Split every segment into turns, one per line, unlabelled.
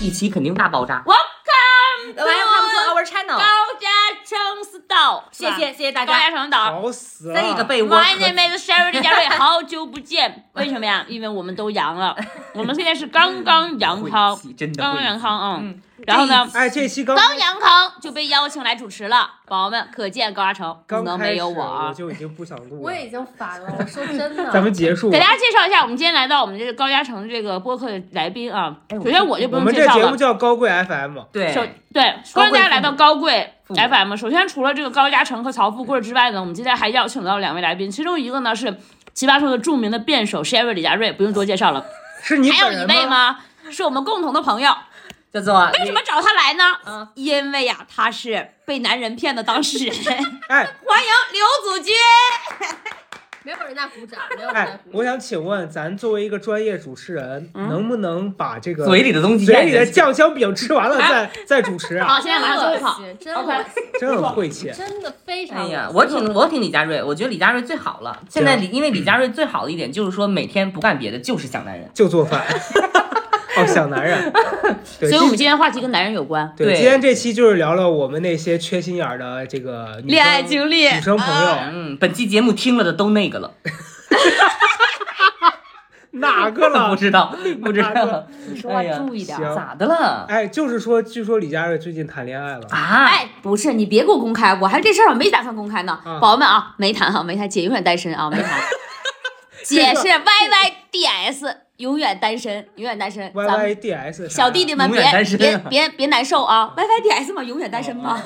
一期肯定大爆炸。
Welcome
来，Welcome to
啊
to
our channel，
高家城四岛，
谢谢谢谢大
高
家。
家城岛。
好死了！
这个被窝
My
可
name is Sherry 李佳瑞，好久不见。为什么呀？因为我们都阳 了，我们现在是刚刚阳康，
晦气，真的
刚刚
晦
阳
气。
康啊。嗯然后呢，
哎，这期刚
刚阳康就被邀请来主持了，宝宝们可见高嘉诚不
刚
能
开始
没有我
我
啊。
就已经不想录了。
我已经烦了，我说真的，
咱们结束吧
给大。家介绍一下，我们今天来到我们这个高嘉诚这个播客的来宾啊。首先我就不
哎
用
我们
介
这
绍
节
了
目，叫高贵 FM，
对，
首对，欢迎大家来到高贵
父母
FM。首先，除了这个高嘉诚和曹富贵之外呢，我们今天还邀请到两位来宾，其中一个呢是奇葩说的著名的辩手 Sherry 李佳瑞，不用多介绍了。
是你
还
本
有一
人
位
吗？
吗？是我们共同的朋友。
叫做
为什么找他来呢
嗯？
因为呀，他是被男人骗的当事人。
哎
欢迎刘祖军。
没有人在鼓掌，没有人在
哎，
鼓掌。
我想请问，咱作为一个专业主持人，
嗯
能不能把这个
嘴里的东西
嘴
咽
里
下
的
去。
酱香饼吃完了再再主持啊？
好，现在马上就跑。
真恶
OK
心，
真晦气。
真的非常
哎
恶心。
呀，我挺我挺李佳瑞，我觉得李佳瑞最好了。现
啊
在李因为李佳瑞最好的一点就是说每天不干别的，就是想男人。
就做饭。 哦，想 男人。
所
对，
以我们
今
今天话题跟男人有关，
对
对
今天这期就是聊聊我们那些缺心眼儿的这个女生
恋爱经历。
女生朋友，
嗯，本期节目听了的都那个了，
哪 个
不
啊
了？
知 道不知
哪
道
个，
你说话
哎呀
注意点儿。
行
咋的了
哎，就是说，据说李佳瑞最近谈恋爱了。
啊？
哎，不是，你别给我公开，我还这事儿我没打算公开呢。
嗯
宝宝们啊，没谈哈，没谈，姐永远单身啊，没谈。 姐是 Y Y D S，永远单身，永远单身。
Y
咱
Y
们
D S
小弟弟们
永
别
远单身哦
别别别难 受啊！Y Y D S 嘛，永远单身嘛。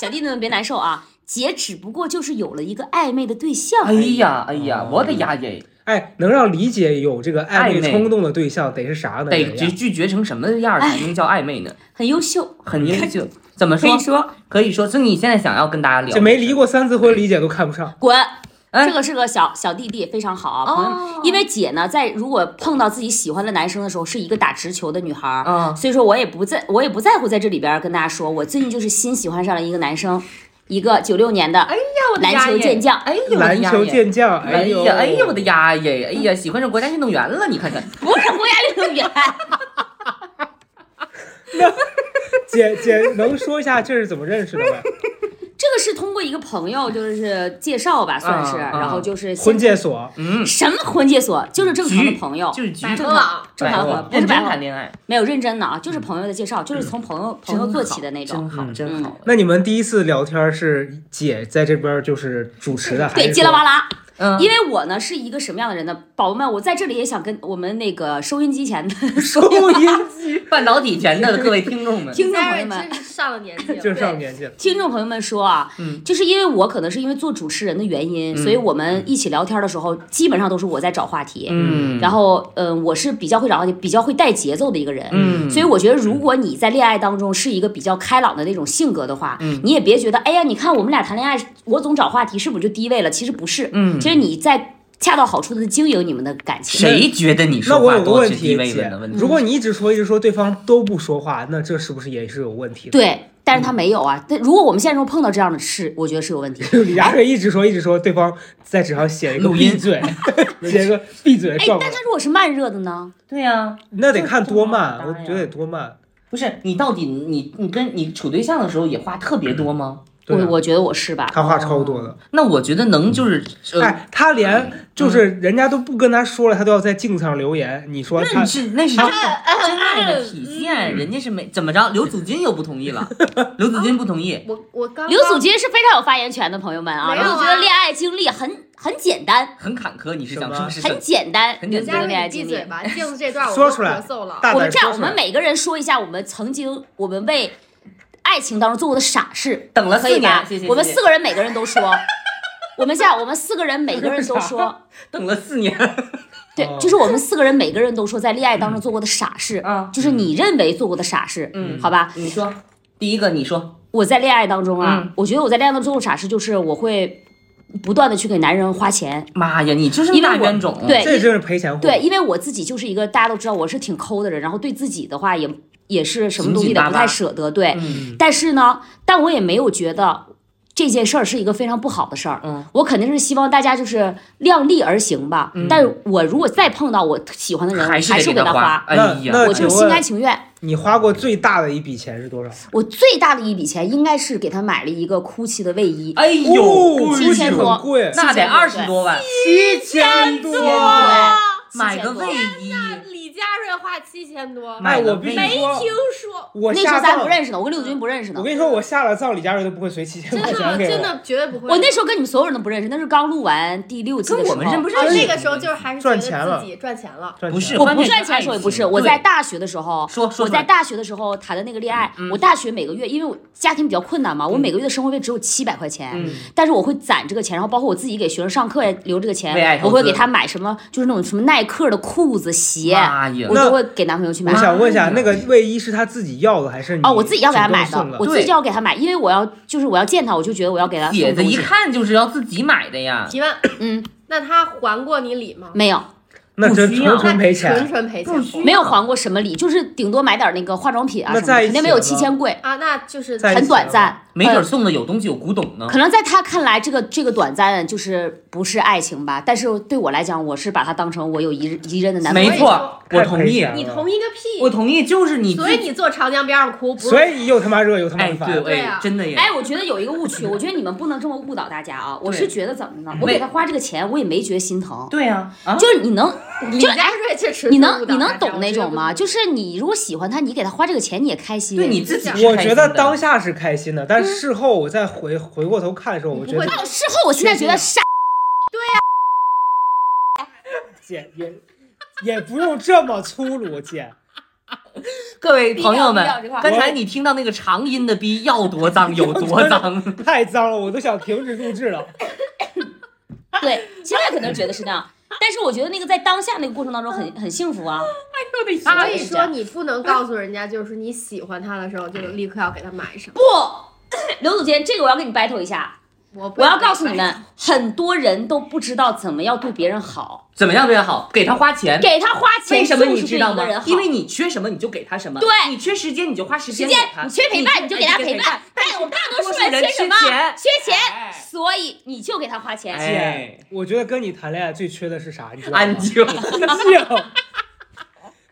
小弟弟们别难受啊！姐只不过就是有了一个暧昧的对象
哎
而已。
呀哎呀，
哦
我的丫耶！
哎，能让理解有这个暧
暧
昧
昧
冲动的对象得是啥呢？
得
这
拒
样
拒绝成什么样儿才能叫暧昧呢？
很优秀，
很优秀，怎么
嗯可
说
以？说
可以说，所以你现在想要跟大家聊，
这没离，过三次婚，理解都看不上。
滚。
哎
这个是个小小弟弟，非常好啊，朋友们。
哦，
因为姐呢，在如果碰到自己喜欢的男生的时候，是一个打直球的女孩儿。
啊，
所以说我也不在，我也不在乎在这里边儿跟大家说，我最近就是新喜欢上了一个男生，一个九六年的
哎呀，我的
篮
丫
球
耶
健，将，
哎呦，我的
篮
丫
球
耶。
健将，
哎
呦，
呀，哎呀，我的丫耶！哎呀，喜欢上国家运动员了，你看看，
不是国家运动员，
姐姐能说一下这是怎么认识的 吗？
这个是通过一个朋友就是介绍吧，算是，
啊啊
然后就是先
婚介所，
嗯，
什么婚介所，就是正常的朋友，
就是局
百
正
合网，
正常的
网，
不是
认真
百合
谈恋爱，
没有认真的啊，就是朋友的介绍，就是从朋友朋友做起的那种。
真好，
嗯
真好。
那你们第一次聊天是姐在这边就是主持的，还
对，
是
叽啦哇
说
啦，
嗯，
因为我呢是一个什么样的人呢？宝宝们，我在这里也想跟我们那个收音机前的收音
录音机？
半导体前的各位听众们，
听众朋友
Sarah
们，
真是上了年纪了，
就是
对
上年纪了，
听众朋友们说啊，
嗯
就是因为我可能是因为做主持人的原因，
嗯
所以我们一起聊天的时候，基本上都是我在找话题，
嗯，
然后嗯、呃我是比较会找话题，比较会带节奏的一个人。
嗯，
所以我觉得，如果你在恋爱当中是一个比较开朗的那种性格的话，
嗯
你也别觉得，哎呀，你看我们俩谈恋爱，我总找话题，是不是就低位了？其实不是，
嗯
其，实你在恰到好处的经营你们的感情。
谁觉得你
那
说
我
话
有个
多
问
是
题
低，位
姐
问的问，题？
如果你一直说一直说，对方都不说话，那这是不是也是有问题的？
对，
嗯
但是他没有啊。但如果我们现实中碰到这样的事，我觉得是有 问题的。
李佳瑞一直说一直说，对方在纸上写一个
录音
闭嘴， 写一个闭嘴
哎，
状
但
态，
他如果是慢热的呢？
对呀，
那得看多慢，
这
我
这
觉得得多慢。
不是你到底你你跟你处对象的时候也话特别多吗？
对
我
啊，
我觉得我是吧。
他话超多的。
那我觉得能就是呃，
嗯
哎，他连就是人家都不跟他说了，他都要在镜子上留言。你说
那
他
你是那是
哎
真爱的体
嗯
现，人家是没怎么着，刘祖金又不同意 了，刘祖金不同意，
我我刚
刘祖金是非常有发言权的，朋友们啊！
没有
然
啊
后我觉得恋爱经历很很简单，
很坎坷，你是想
什
说
么
是
很简单。
很
刘
简
祖
单
金的
家里
恋爱
闭
经
嘴
历，
吧，镜子这段我
说出来
都咳嗽了。
大
我
胆
们这样，
说
我
出来
们每个人说一下我们曾经我们为爱情当中做过的傻事，
等了
可
四
以吧
年，谢谢，
我们
谢谢
四个人每个人都说。我们现在我们四个人每个人 都说，
等了四年
对，
哦
就是我们四个人每个人都说在恋爱当中做过的傻事，
啊，
就是你认为做过的傻事，
嗯
好吧？
你说第一个你说
我在恋爱当中啊，
嗯
我觉得我在恋爱当中做过傻事就是我会不断的去给男人花钱，
妈呀，你就是
因为
大
我
冤种，
对
这真是赔钱货。
嗯
对，，因为我自己就是一个大家都知道我是挺抠的人，然后对自己的话也也是什么东西
紧紧
也
巴巴
不太舍得，对。
嗯
但是呢，但我也没有觉得。这件事儿是一个非常不好的事儿。
嗯，
我肯定是希望大家就是量力而行吧。但是我如果再碰到我喜欢的人，
还
还
是得
是
给
会给他
花。。哎
那
呀，
那
我就是心甘情愿。
你花过最大的一笔钱是多少？
我最大的一笔钱应该是给他买了一个 GUCCI 的卫衣，
哎呦，
七千多
很贵，
那得二十多万，
哦七千
对
多。
买个卫衣，
李佳瑞花七千多，
买
哎，
个
我必
卫衣。
须
没听
说，
说，
我
那时候
下
咱
葬
不，认识呢，我跟六军不认识呢
我。跟你说，我下了葬，李佳瑞都不会随七千
真
块钱
啊
的
给
真
我。
的绝对不会。
我那时候跟你们所有人都不认识，那是刚录完第六季的
跟
时
我
候。
们认不
啊
认识？
那个时候就是还是觉得
赚钱了
自己赚钱了，
赚
不
钱
是
我
关
不
键是
赚钱
爱
的时候也不
情
是，我
对
在大学的时候，
说说
我
出来嗯
在大学的时候谈的那个恋爱，我大学每个月因为我家庭比较困难嘛，我每个月的生活费只有七百块钱，
嗯
但是我会攒这个钱，然后包括我自己给学生上课也留这个
为爱
钱，
投资
我会给他买什么就是那种什么耐克的裤子、鞋，
妈呀
我
那
都会给男朋友去买
我。想问一下，那个卫衣是他自己要的还是你？
哦，我自己要给他买
主动
的我
送，
自己就要给他买，因为我要就是我要见他，我就觉得我要给他
姐
送
子
东
一
西。
看就是要自己买的呀，
提问，
嗯，
那他还过你礼吗？
没有
那这
不需要
纯纯赔
纯
啊
钱。
纯赔
不
钱
需
没有还过什么礼，就是顶多买点那个化妆品啊
那
什么
在
的，
一起
肯定没有
了
七千贵，
啊，那就是
在一起
很短
了
暂。
没准
呃
儿送的有东西有古董呢。
可能在他看来，这个这个短暂就是不是爱情吧，但是对我来讲，我是把他当成我有一一任的男朋友。
没错，
太
我同
赔
意
钱，了
你同意个屁！
我同意，就是你
所以
自己
你坐长江边上哭，不是
所以又他妈热又他妈
哎，
烦。
对，
对
哎
啊，
真的耶。
哎，我觉得有一个误 区，我觉得你们不能这么误导大家啊！我是觉得怎么呢？我
为
给他花这个钱，我也没觉得心疼，
对呀，啊，
就是你能，
李
就
佳瑞这纯
你
属
能
误导
你能
大家
懂那种吗？？就是你如果喜欢他，你给他花这个钱，你也开心。
对你自己是
我
开
觉
心
得
的
当下是开心的，但事后我再回回过头看的时候，我觉
不会
得
到事后，我现在觉得傻。
姐也也不用这么粗鲁，姐。
各位朋友们
低调低调，
刚才你听到那个长音的逼要多脏有多脏，
太脏了，我都想停止录制了。
对，现在可能觉得是那样，但是我觉得那个在当下那个过程当中很很幸福啊。
我觉得不所以说你不能告诉人家，就是你喜欢他的时候，就立刻要给他买什么。
不，刘祖坚，这个我要跟你 battle 一下。
我不
我要告诉你，们，很多人都不知道怎么要对别人好，
怎么样对他好？给他花钱。
给他花钱
为什么你
就是
知
对
道
一
吗
个人？好。
因为你缺什么你就给他什么，
对
你缺时间你就花时
时
间给
间
他，
你缺陪伴，你就给他陪伴。。但我大多数人缺什么
多数人？
缺
哎
钱，所以你就给他花钱。
哎，
我觉得跟你谈恋爱最缺的是啥？你知道吗？
安 静，
静。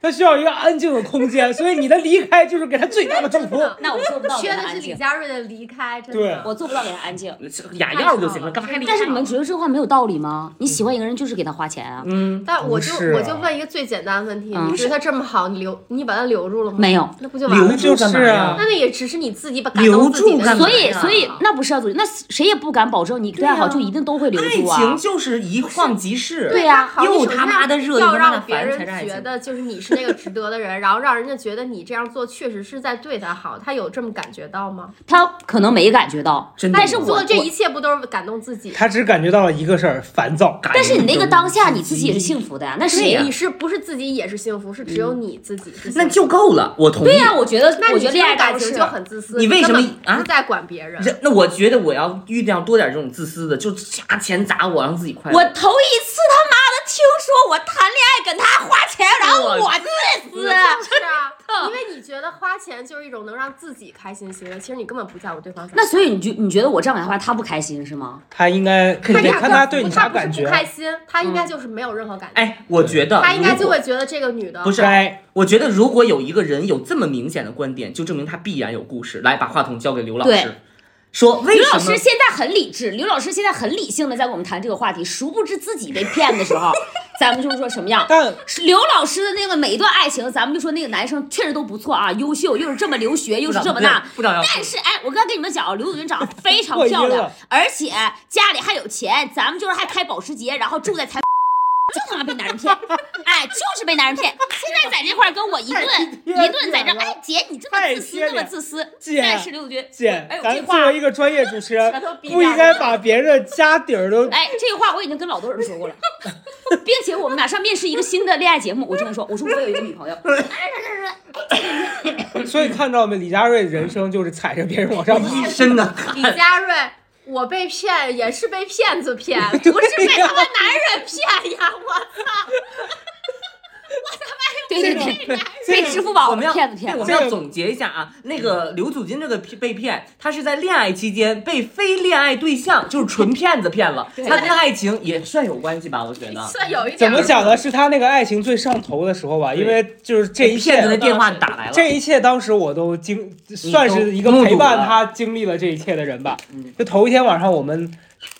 他需要一个安静的空间，所以你的离开就是给他最大的祝福。
那我做不到给
缺
他
的
安
是李
静，
佳瑞的离开，真
对嗯
的。
我做不到给他安静。
雅药就行了，干嘛还离开
但是你们觉得这话没有道理吗？你喜欢一个人就是给他花钱啊？
嗯，
但我就
不是啊
我就问一个最简单的问题，
嗯
你觉得他这么好，你留你把他留住了吗？
没有，
那不就完了吗？
留住干嘛呀
那那也只是你自己把感
留
动自己
住干
的
嘛
所
呀
以所以那啊不是要组织，那谁也不敢保证你对他好
对啊
就一定都会留
爱
住啊。
情就是一晃即逝，
对啊呀
好
又
你首先
他妈的热又
要
他妈的
让别
烦才是爱
人觉
情。
得就是你是那个值得的人，然后让人家觉得你这样做确实是在对他好，他有这么感觉到吗？
他可能没感觉到，
真的
但是
吗
我
做这
我
一切不都是感动自己？
他只感觉到了一个事儿：烦躁。
但是你那个当下你自己也是幸福的呀，那谁
对呀
你是不是自己也是幸福？是只有你自己是幸福。
那就够了，我同意。
对呀、我觉得
那
我
你
觉得
这
恋
种
爱
感
当
情
时
就很自私，
你为什么
根本
啊
不在管别人？
人那 我觉得我要遇到多点这种自私的，就加钱砸我，让自己快乐。
我头一次他妈的听说我谈恋爱跟他花钱，然后我自私。
是啊，因为你觉得花钱就是一种能让自己开心的行为，其实你根本不在乎对方。
那所以你觉你觉得我这样给他花，他不开心是吗？
他应该肯
他
定
压
看
根
他
儿
对
不
你
他
啥
不是
感
不
觉，啊
开心，他应该就是没有任何感觉，
哎，我觉得
他应该就
如果
会觉得这个女的
不是
该
我觉得如果有一个人有这么明显的观点，就证明他必然有故事。来，把话筒交给刘老
对
师，说为
刘
什
老
么
师？现在很理智，刘老师现在很理性的在跟我们谈这个话题，殊不知自己被骗的 时候，咱们就是说什么样。
但
是刘老师的那个每一段爱情，咱们就说那个男生确实都不错啊，优秀，又是这么留学，又
不
是
知
这
道
么那，
不知道要
但是哎，我刚跟你们讲，刘子君长得非 常
过
漂
阴
亮
了，
而且家里还有钱，咱们就是还开保时捷，然后住在财， 就他妈被男人 骗，哎，就是被男人骗。现在在这块儿跟我一 顿一顿在这儿，哎姐，你这么自私，
太贴
这么
脸
自私。
姐
但是刘子君，
姐
哎，我这
咱
话
作，为一个专业主持人
全都，逼
不
掉
应该把别人家底儿都
哎，这话我已经跟老多人说 过了，并且我们马上面试一个新的恋爱节目，我这么说，我说我有一个女朋友，
所以看到没，李佳瑞人生就是踩着别人往上爬。
一身的
李
汗，
佳瑞，我被骗也是被骗子骗，不是被他们男人骗呀！我操，
对对 对对，
对，
被支付 宝
我们要
骗子骗
我
了。
们要总结一下啊，那个刘祖金这个被骗，他是在恋爱期间被非恋爱对象，就是纯骗子骗了，他跟爱情也算有关系吧？我觉
啊
得。
算有一
怎
点儿。
么讲呢？是他那个爱情最上头的时候吧，因为就是这一
骗子的
切，
电话打来了，
这一切当时我都经算是一个
目睹
陪伴
了
他经历了这一切的人吧
嗯。
就头一天晚上我们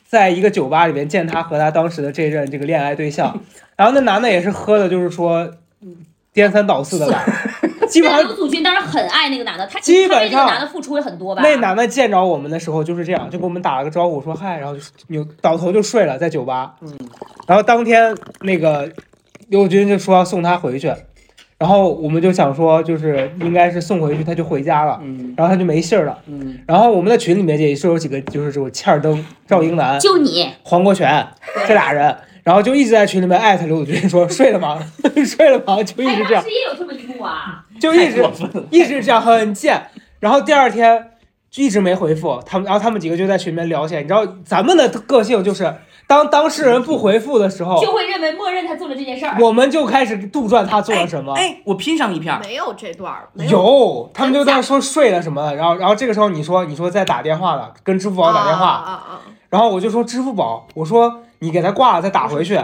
在一个酒吧里面见他和他当时的这任这个恋爱对象，然后那男的也是喝的，就是说嗯颠三倒四的吧，基本
但
上
刘祖君当时很爱那个男的，他
基
他
本
对这
上
个男的付出会很多吧？
那男的见着我们的时候就是这样，就给我们打了个招呼，说嗨，然后就扭倒头就睡了，在酒吧。
嗯，
然后当天那个刘军就说要送他回去，然后我们就想说就是应该是送回去他就回家了，
嗯
然后他就没信儿了。
嗯，
然后我们的群里面也是有几个就是这种欠儿灯、赵英男、
就你，
黄国权这俩人，然后就一直在群里面艾特刘子君说睡了吗？ 睡了吗？就一直这样。
哎也有这么一幕啊。
就一直 一直这样很贱。然后第二天就一直没回复他们，然后他们几个就在群里面聊起来。你知道咱们的个性就是，当当事人不回复的时候，
就会认为默认他做了这件事儿。
我们就开始杜撰他做了什么。
哎，我拼上一片儿，
没有这段儿，没
有，他们就在那说睡了什么，然后然后这个时候你说你说在打电话呢，跟支付宝打电
啊
话，
啊啊！啊
然后我就说支付宝，我说你给他挂了再打回去，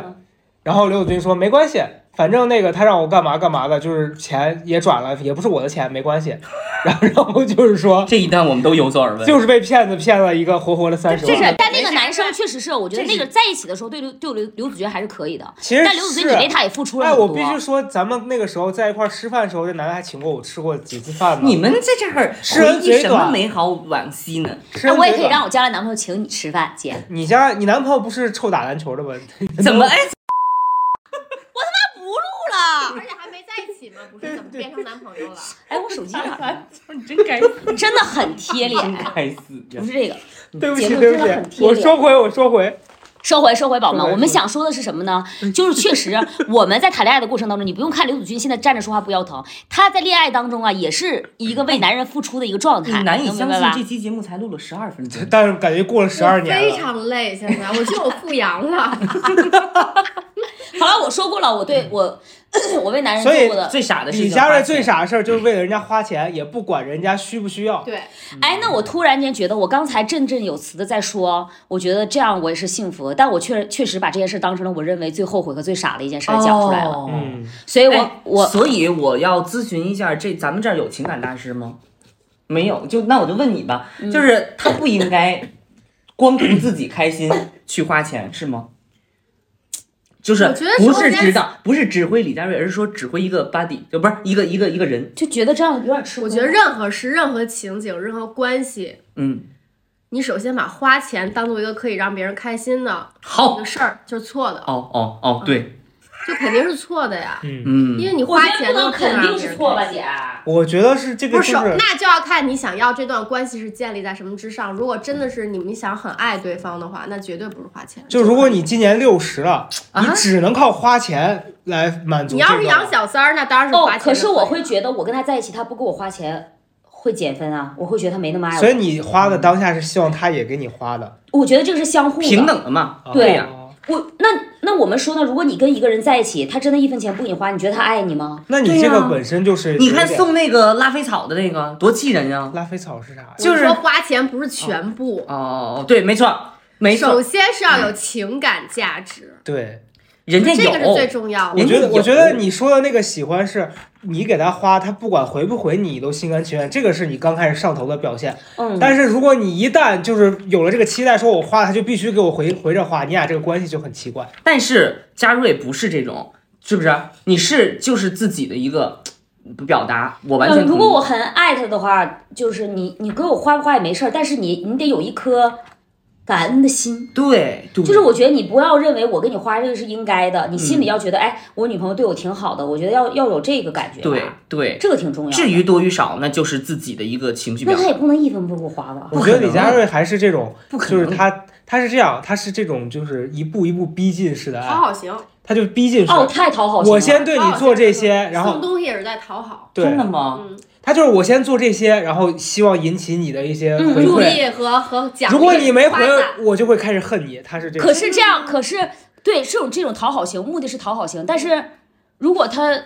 然后刘子君说没关系，反正那个他让我干嘛干嘛的，就是钱也转了，也不是我的钱，没关系。然后然后就是说
这一段我们都有所耳闻。
就是被骗子骗了一个活活的三十
就
万。
是，但那个男生确实是，我觉得那个在一起的时候对刘对刘刘子君还是可以的，
其实
但刘子君你为
是，
他也付出了
哎，
很
我
多。
必须说，咱们那个时候在一块儿吃饭的时候，这男的还请过我吃过几次饭呢。
你们在这儿
吃人
回忆
嘴
什
短
么美好往昔呢？
吃
那
人
我也
嘴
可以
短
让我将来男朋友请你吃饭，姐。
你家你男朋友不是臭打篮球的吗？
怎么哎？
不录了。
而且还没在一起嘛，不是怎么变成男朋 友了？
哎，我手机哪儿呢？
你真该死，
真的很贴
真
脸，
该死呀
不！是这个。
对不
节
起，
目
对
真的很
不起，
贴
我
脸
收回，我收回。
收回，收回，宝
收
们，
回
我们想说的是什么呢？就是确实，我们在谈恋爱的过程当中，你不用看刘子君现在站着说话不腰疼，她在恋爱当中啊，也是一个为男人付出的一个状
你
态，
难以
能明
相
白
信
吧
这？期节目才录了十二分钟，
但是感觉过了十二年
我非
了，
常累，现在我觉得我复阳了。
好了，我说过了，我对我 我为男人
所以
做过的
嗯最傻的事情
李
花钱。
佳瑞最傻的事儿就是为了人家花钱，也不管人家需不需要。 嗯
对，
哎，那我突然间觉得，我刚才振振有词的在说，我觉得这样我也是幸福的，但我确确实把这件事当成了我认为最后悔和最傻的一件事儿讲出来了，
哦
嗯，
所以我、
哎
我
所以我要咨询一下，这咱们这儿有情感大师吗？没有，就那我就问你吧，
嗯
就是他不应该光图自己开心去花钱是吗？就是
我觉得
不
首
是
先
指导，不是指挥李佳瑞，而是说指挥一个 body，就不是一个一个一个人。
就觉得这样有点吃亏。
我觉得任何事、任何情景、任何关系，
嗯，
你首先把花钱当做一个可以让别人开心的一
哦
好
个，事儿，就是错的，
哦哦哦，对，
就肯定是错的呀。因
嗯，
为你
我
花
觉得
钱
不能
都可以
肯
让别
定
人
是错吧，
开心
姐？
我觉得是这个
不
就是
首，
是
那就要看你想要这段关系是建立在什么之上。如果真的是你们想很爱对方的话，那绝对不是花钱。
就如果你今年六十了，
啊
你只能靠花钱来满足
你
这个。
要是养小三儿，那当然是
哦
花钱，就
可是
以
我
了
会觉得我跟他在一起，他不给我花钱。会减分啊！我会觉得他没那么爱我，
所以你花的当下是希望他也给你花的，
我觉得这个是相
嗯
互的
平。等的嘛，
对
呀、
哦
我那那我们说呢？如果你跟一个人在一起，他真的一分钱不给你花，你觉得他爱你吗？
那你
对
这个
呀
本身就是
你
有
看
点
送那个拉菲草的那个多气人呀！
拉菲草是啥呀？
就
我
是
说花钱不是全部，
哦哦哦，对，没错，没错，
首先是要有情感价值，
对，
人家
这
有，
个是最重要
我
的。
人家
觉得
哎有
我觉得你说的那个喜欢是你给他花，他不管回不回你都心甘情愿，这个是你刚开始上头的表现。
嗯，
但是如果你一旦就是有了这个期待，说我花了他就必须给我回回着花，你俩这个关系就很奇怪。
但是嘉瑞不是这种，是不是？你是就是自己的一个呃表达，我完全
嗯，
同意。
如果我很爱他的话，就是你你给我花不花也没事儿，但是你你得有一颗感恩的心。
对，对
就是我觉得你不要认为我给你花这个是应该的，你心里要觉
嗯
得，哎，我女朋友对我挺好的，我觉得要要有这个感觉吧，啊
对对。
这个挺重要的。
至于多与少，那就是自己的一个情绪表
那他
达。
也不能一分不给我花吧？
我
不
觉得
可能
李佳瑞还是这种，
不可
就
能
是他他是这样，他是这种就是一步一步逼近式的
讨
哦
爱，
好型，
他就逼近式
哦，
的。
太讨好心了。
我先对
讨
你
好
做
型
这
是
些，然
送
后
东西也是在讨好，
对
真的吗？
嗯，
他就是我先做这些，然后希望引起你的一些
嗯
回
注
馈。
意和和奖励。
如果你没回
夸赞，
我就会开始恨你。他是这
可
样，
是这样，可是对这种这种讨好型，目的是讨好型，但是如果他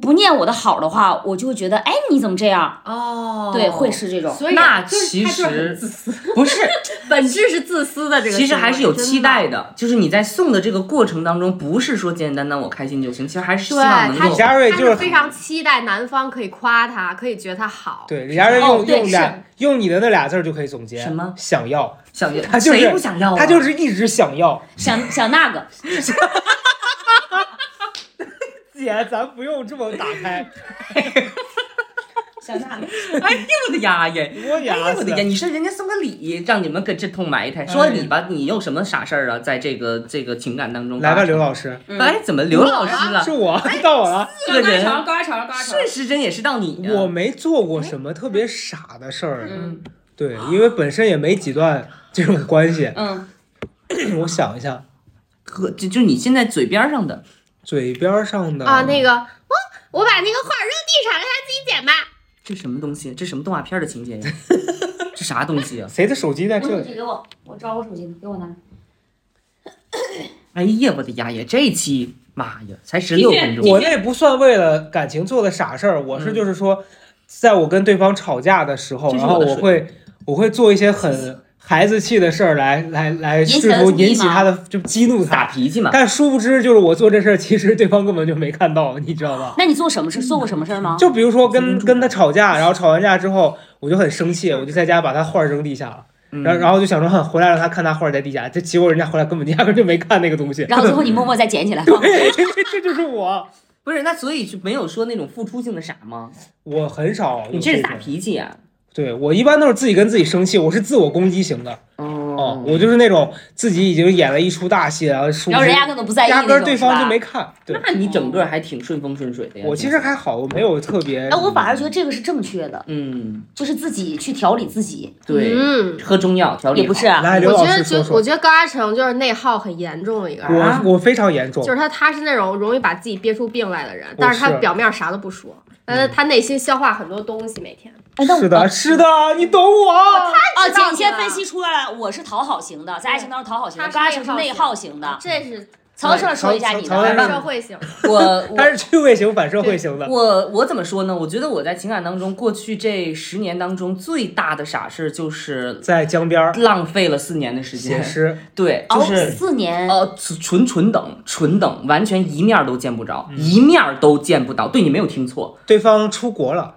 不念我的好的话，我就会觉得，哎，你怎么这样？
哦，
对，会是这种。
所以
那
就是
其
他就是很
实
自私，
不是，
本质是自私的这个行为。
其实还是有期待
真
的，就是你在送的这个过程当中，不是说简简单单我开心就行，其实还是希
对
望能
他
够
李佳
的，
瑞
他
就是是
非常期待男方可以夸他，可以觉得他好。
对，李佳瑞
哦
用
对
用俩用你的那俩字儿就可以总结
什么
想要，
想要，
他就是
谁不想要啊？
他就是一直想要。
想想那个，
姐，咱不用这么打 开，
想那个，
哎呦我的呀耶！
我
哎呦
呀
我的呀！你说人家送个礼，让你们跟这痛埋
哎
汰，说你吧，你有什么傻事儿啊？在这个这个情感当中，
来吧，刘老师，
哎，怎么刘老师了
是？我啊到我了。
这个人
高大成，高大成
顺时针也是到你呀，啊
我没做过什么特别傻的事儿，
嗯。
对，因为本身也没几段这种关系
嗯，
我想一下，
可就就你现在嘴边上的，
嘴边上的
啊，那个，我我把那个画扔地上，让他自己捡吧。
这什么东西？这什么动画片的情节呀？ 这啥东西啊？
谁的手机在
我
这
手
里？
机给我，我找我手机，给我拿。
哎呀，我的呀呀！这期妈呀，才十六分钟，
我那不算为了感情做的傻事儿，我是就是说，在我跟对方吵架的时候，
嗯这是
然
我的
后我会我会做一些很孩子气的事儿来来来
引起
试
他的
图
注意
引起
吗
他的就激怒
打
他，
脾气嘛。
但殊不知就是我做这事儿，其实对方根本就没看到，你知道吧？
那你做什么事？做过什么事儿吗？
就比如说跟跟他吵架，然后吵完架之后，我就很生气，我就在家把他画儿扔地下了，然后
嗯，
然后就想着哼回来让他看他画儿在地下，这结果人家回来根本压根儿就没看那个东西。
然后最后你默默再捡起来放。
这就是我，
不是，那所以就没有说那种付出性的傻吗？
我很少。
你这是打？脾气啊呀、
对我一般都是自己跟自己生气，我是自我攻击型的。哦
哦，
我就是那种自己已经演了一出大戏，然后殊不
然后
知
人压根都不在意那
压
种，
根儿对方
是
就
吧
没看。对，
那你整个还挺顺风顺水的呀。
我其实还好，我没有特别。
哎，我反而觉得这个是正确的，
嗯，
就是自己去调理自己，
对，
嗯，
喝中药调理
也不是啊
来刘
我
老
觉得
师
觉
说
我
说，
觉得高嘉诚就是内耗很严重的一个人，
啊
我我非常严重
就。是他他是那种容易把自己憋出病来的人，但是他
哦是啊嗯
表面啥都不说，但是他内心消化很多东西，每天。
哎，那我
是
啊
的，是的，你懂我。
哦，姐，你
知道
先
了
分析出来了，我是讨好型的，在爱情当中讨好型的，
他
嘎
是
是
内
内
耗
耗型的。
这是
曹老师说一下你
曹曹
的，
曹
反社会型，
我我
他是趣味型反社会型的，
我我怎么说呢？我觉得我在情感当中，过去这十年当中最大的傻事儿就是
在江边儿
浪费了四年的时
写
间，
诗，
对，
熬
就是
四年，
呃，纯纯等，纯等，完全一面儿都见不着，
嗯
一面儿都见不到。对你没有听错，
对方出国了，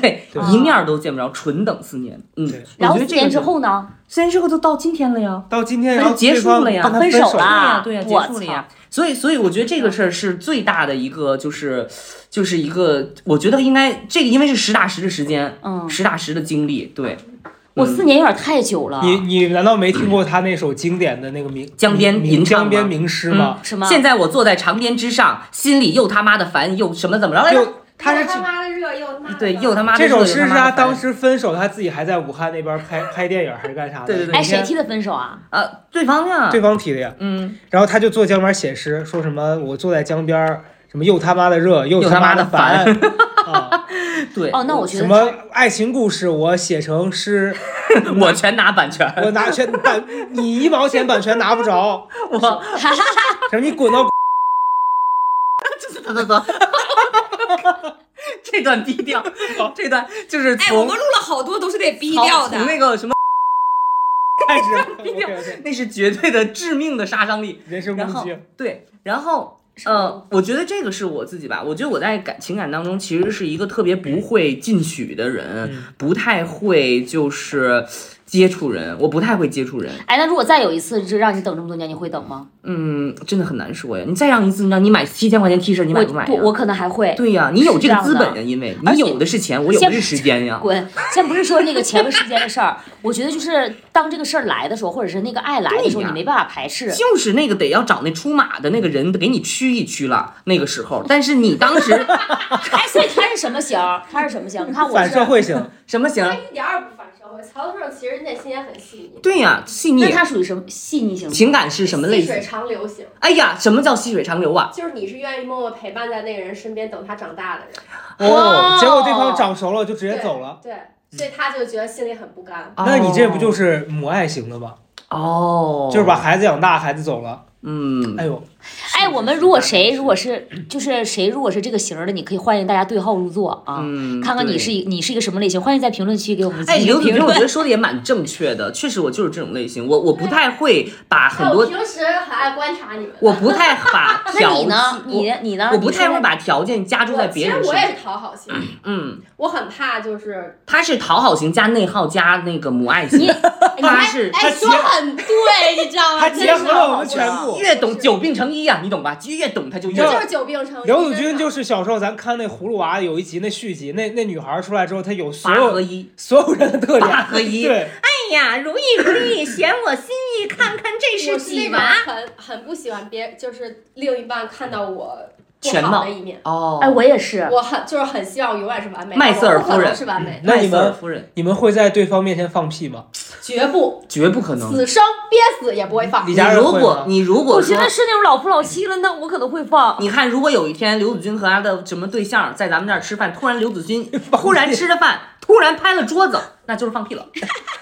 对，一面儿都见不着，纯等四年。嗯，
对
我
然后
觉
四
得这
年
个
之，后呢？
四年之后就到今天了呀，
到今天
那
然后
就结
对
束
方
了呀
跟他
分
分
手
对
啦
呀
啊，
对呀，
我
结束了
操
呀。所以，所以我觉得这个事儿是最大的一个，就是就是一个，我觉得应该这个，因为是实打实的时间，
嗯
实打实的经历，对，
我四年有点太久了。
你你难道没听过他那首经典的那个名
江边
名
吟唱
江边
吗
名诗吗？
什么？
现在我坐在长鞭之上，心里又他妈的烦，又什么怎么着来着？
就他是
他妈的热又他妈的
对，
冷
又他妈的
这首
热又
诗
妈
是
的
他
烦
当时分手，他自己还在武汉那边拍拍电影还是干啥的？
对对对
哎，
每天
谁提的分手啊？
呃，对方呀，
对方提的呀。
嗯，
然后他就坐江边写诗，说什么我坐在江边儿，什么又他妈的热，又
又他
他
妈
的
的烦
烦啊，
对，
哦，那 我觉
什
得
么爱情故事我写成诗，
我全拿版权，
我拿全版，你一毛钱版权拿不着，
我
什么你滚到
走走走， 这段低调，这段哎就是
哎
从、
了好多都是得逼
从从那个什么，
开始，OK，OK，
那是绝对的致命的杀伤力。
人身
然
攻
后
击，
对，然后呃，我觉得这个是我自己吧，我觉得我在感情感当中其实是一个特别不会进取的人，
嗯
不太会就是接触人，我不太会接触人。
哎，那如果再有一次，就让你等这么多年，你会等吗？
嗯，真的很难说呀。你再让一次，你让你买七千块钱 T 恤，你买
我
不买呀？
不，我可能还会。
对呀、你有这个资本
是这
呀，因为你有的是钱，我有的是时间呀。
滚！先不是说那个钱和时间的事儿， 我觉得就是当这个事儿来的时候，或者是那个爱来的时
对
候，
呀
你没办法排斥。
就是那个得要找那出马的那个人给你驱一驱了，那个时候。但是你当时
哎，所以他是什么型儿？他是什么型儿？你看我
反
是
社 会型，哦
什么型？
一点儿不反社会。曹德胜其实内心也很细腻，
对呀、细
那
腻
他属于什么细腻型？
情感是什么类
细水
型？
长流型，
哎呀，什么叫细水长流啊？
就是你是愿意默默陪伴在那个人身边，等他长大的人。
哦，结果对方长熟了就直接走了，
对，
嗯
所以他就觉得心里很不甘。
哦那你这不就是母爱型的吗？
哦，
就是把孩子养大，孩子走了，
嗯，
哎呦，
哎，我们如果谁如果是就是谁如果是这个型儿的，你可以欢迎大家对号入座啊，
嗯
看看你
对
是一你是一个什么类型，欢迎在评论区给我们
哎，
进
刘
行
子
评
君，我
论
觉。得说的也蛮正确的，确实我就是这种类型，我我不太会把很
我
多，
平时很爱观察你们。
我不太把
那
条
你
件
呢？，你你呢？
我我不太
你
会
说
把条件加注
我
在
其
别
实
人身
我
上
也，是讨好型，
嗯，
我很怕就是
他是讨好型加内耗加那个母爱 型，他是
哎，说很对，你知
啊
道吗？
他结
真是
合了我们
好
全
好
部。
越懂久病成医呀、你懂吧？就越懂他就越
你知
就
道
是久病成医。
刘子君就是是小时候咱看那葫芦娃有一集那续集，那那女孩出来之后，她有所
八合
有
一，
所有人的特点，
八合一。
对，
哎呀，如意如意，选我心意，看看这
我是那种？很很不喜欢别就是另一半看到我不
全
好
貌
的一面。
哦，
哎，我也是，
我很就是很希望我永远是完美的，
麦瑟尔夫人
我不可能是完美的，
那你
麦瑟尔
们
夫人
你们会在对方面前放屁吗？
绝不
绝不可能。
此生憋死也不会放
李。
你
佳
如
柔会
果
吗？
你如
我
果
觉
说，
得是那种老夫老妻了，那我可能会放。
你看，如果有一天刘子君和他的什么对象在咱们这儿吃饭，突然刘子君突然吃着饭，突然拍了桌子，那就是放屁了。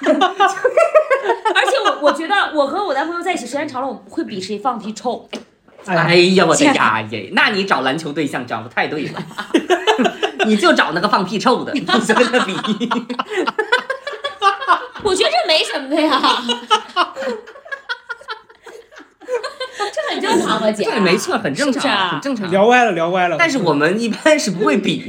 而且我我觉得我和我男朋友在一起时间长了，我会比谁放屁臭。
哎
哎，
呀，我的
天
呀耶！那你找篮球对象找的太对了， 你就找那个放屁臭的，你就跟他比。
我觉得这没什么呀， 这很 正常吧，啊姐？
对，没错，很正
是不是啊
常，很正常。
聊歪了，聊歪了。
但是我们一般是不会 比，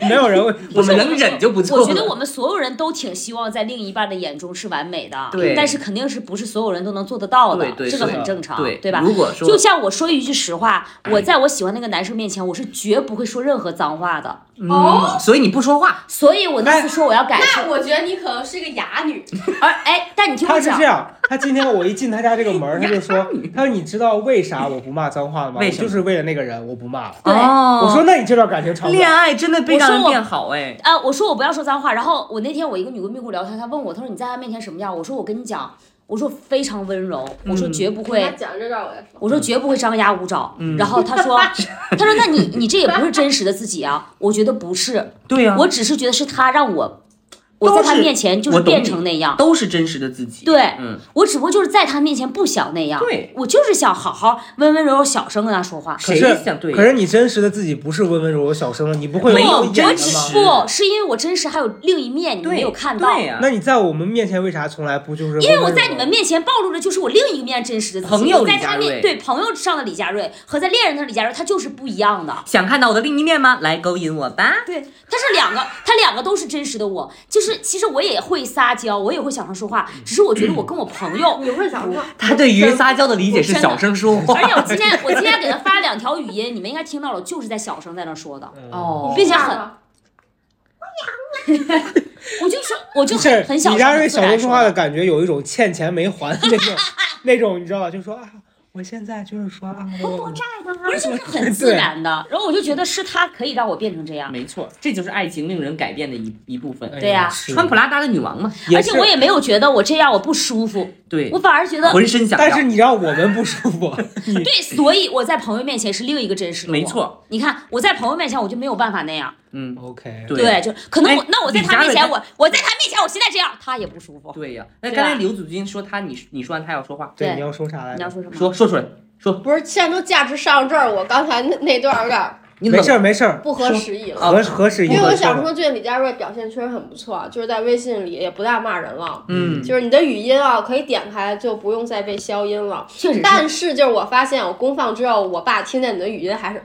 没有人会，
我们能忍就不错了。
我觉得我们所有人都挺希望在另一半的眼中是完美的，
对
但是肯定是不是所有人都能做得到的，
对对
这个
对
很正常，
对
吧？
如果说
就像我说一句实话，我在我喜欢那个男生面前，我是绝不会说任何脏话的，
哦，
嗯，所以你不说话，
所以我那
哎
次说我要改
那
正，
我觉得你可能是个哑女，
而哎，但你听我
他是
讲
这，样，他今天我一进他家这个门儿，他就说，他说你知道为啥我不骂脏话吗？
为
我
什么
就是为了那个人，我不骂了。
对
哦
我说那你这段感情长不
恋
了。
爱真的被
我说
让人
我
变好哎，
啊，我说我不要说脏话。然后我那天我一个女闺蜜跟我聊天，她问我，她说你在她面前什么样？我说我跟你讲，我说非常温柔，我说绝不会，
他讲这段我再说。
我说绝不会张牙舞爪。
嗯
然后她说，她说那你你这也不是真实的自己啊。我觉得不是，
对呀、
我只是觉得是她让我，我
嗯都
在她
是
面前就
我
是
懂
变
你
成那样。
都是真实的自己。
对
嗯，
我只不过就是在她面前不想那样，
对
我就是想好好温温柔柔小声跟她说话。
可
谁
是
想对？
可是你真实的自己不是温温柔柔小声的，你不会
没
不，
有
我
演的
眼
只
神
吗？
不是因为我真实还有另一面你
对
没有看到，
对呀、啊
那你在我们面前为啥从来不就是？
因为我在你们面前暴露的就是我另一个面真实的自己，
朋友
我在
李佳
他面
瑞
对朋友上的李佳瑞和在恋人的李佳瑞，他就是不一样的。
想看到我的另一面吗？来勾引我吧。
对，他是两个，他两个都是真实的我。就是其实我也会撒娇，我也会小声说话，只是我觉得我跟我朋友
你会想说，
他对于撒娇的哎理解是小声说 话。
而且我今天我今天给他发了两条语音，你们应该听到了，就是在小声在那说的。
哦
并且很，我就说，我就
就是
很很小
你
声
家
地
瑞
自
小
然
声说
说
话的
的。
感觉有一种欠钱没还的那种那种，你知道吧？就说啊，我现在就是说啊，我
不是，就是很自然的，然后我就觉得是他可以让我变成这样，
没错，这就是爱情令人改变的一一部分。哎
哎
对呀
是
穿普拉达的女王嘛，
也
而
是
且我也没有觉得我这样我不舒服，
对
我，反而觉得
浑身想要。
但是你让我们不舒服， 你
对，所以我在朋友面前是另一个真实的我
没。错，
你看，我在朋友面前我就没有办法那样，
嗯，
OK。
对
对，就可能我
哎
那我在
李
他
佳
面
瑞
前，
他
我我在他面前我现在这样，他也不舒服。
对呀、那
对
刚才
吧
刘祖君说他，你你说完他要说话，
对，
对
你要说啥来
你要
着？
说什么？
说说出来，说
不是现在都价值上这儿，我刚才那那段有点
你
没
冷
事儿没事儿，
不合时宜了。
哦
合合适一
因为我
合适
想说，
的。
最近李佳瑞表现确实很不错，啊就是在微信里也不大骂人了。
嗯，
就是你的语音啊，可以点开，就不用再被消音了。
确实是
但是就是我发现，我公放之后，我爸听见你的语音还是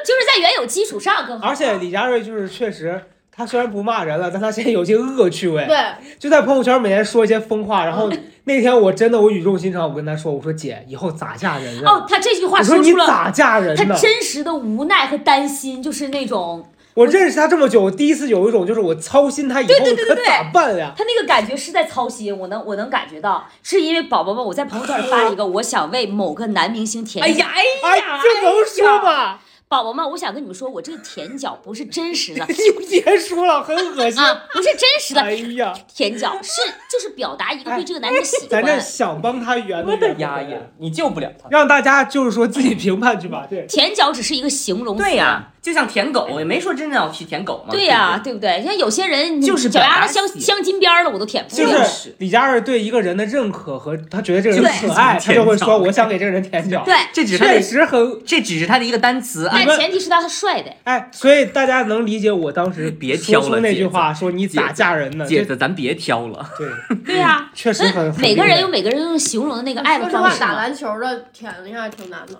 就是在原有基础上更好。
而且李佳瑞就是确实，他虽然不骂人了，但他现在有些恶趣味，
对，
就在朋友圈每天说一些疯话。然后那天我真的我语重心长，我跟他说，我说姐，以后咋嫁人啊？
哦，他这句话
我说你
出了
咋嫁人
他
呢？
真实的无奈和担心，就是那种
我认识他这么久，我第一次有一种就是我操心他以后
对对对
可
对
咋办呀？
他那个感觉是在操心，我能我能感觉到，是因为宝宝们，我在朋友圈里发了一个，我想为某个男明星填
哎
一
呀哎
哎
呀，，
这能说吗？
宝宝们，我想跟你们说，我这个舔脚不是真实 的
就结束了，很恶心。
啊，不是真实
哎
的
呀，
舔脚，是就是表达一个对这个男人的喜
哎咱这
欢。
想帮他圆
我
的
的
圆
压抑，你救不了他。
让大家就是说自己评判去吧。对，
舔脚只是一个形容词，
对呀、就像舔狗，也没说真的要去舔狗嘛。
对
呀、
呀，对不对？像有些人
就是
脚
表达
丫子镶
喜
镶金边儿的，我都舔不
就
过。
是
是李佳瑞对一个人的认可和他觉得这个人
对
可爱，他就会
舔
说
脚
我想给这个人舔脚。
对，
这只是他
确
的，
实很
这只是他的一个单词啊。
但
你们
前提是他是帅的。
哎，所以大家能理解我当时
别
说
挑
出
了
那
姐
句
子
话，说你咋
姐子
嫁人呢？
姐
这
子，咱别挑了。
对，
对呀，
确实很
嗯，每个人有每个人用形容的那个爱的
说实
方
话，
式
打
嘛。
篮球的舔一下挺难的。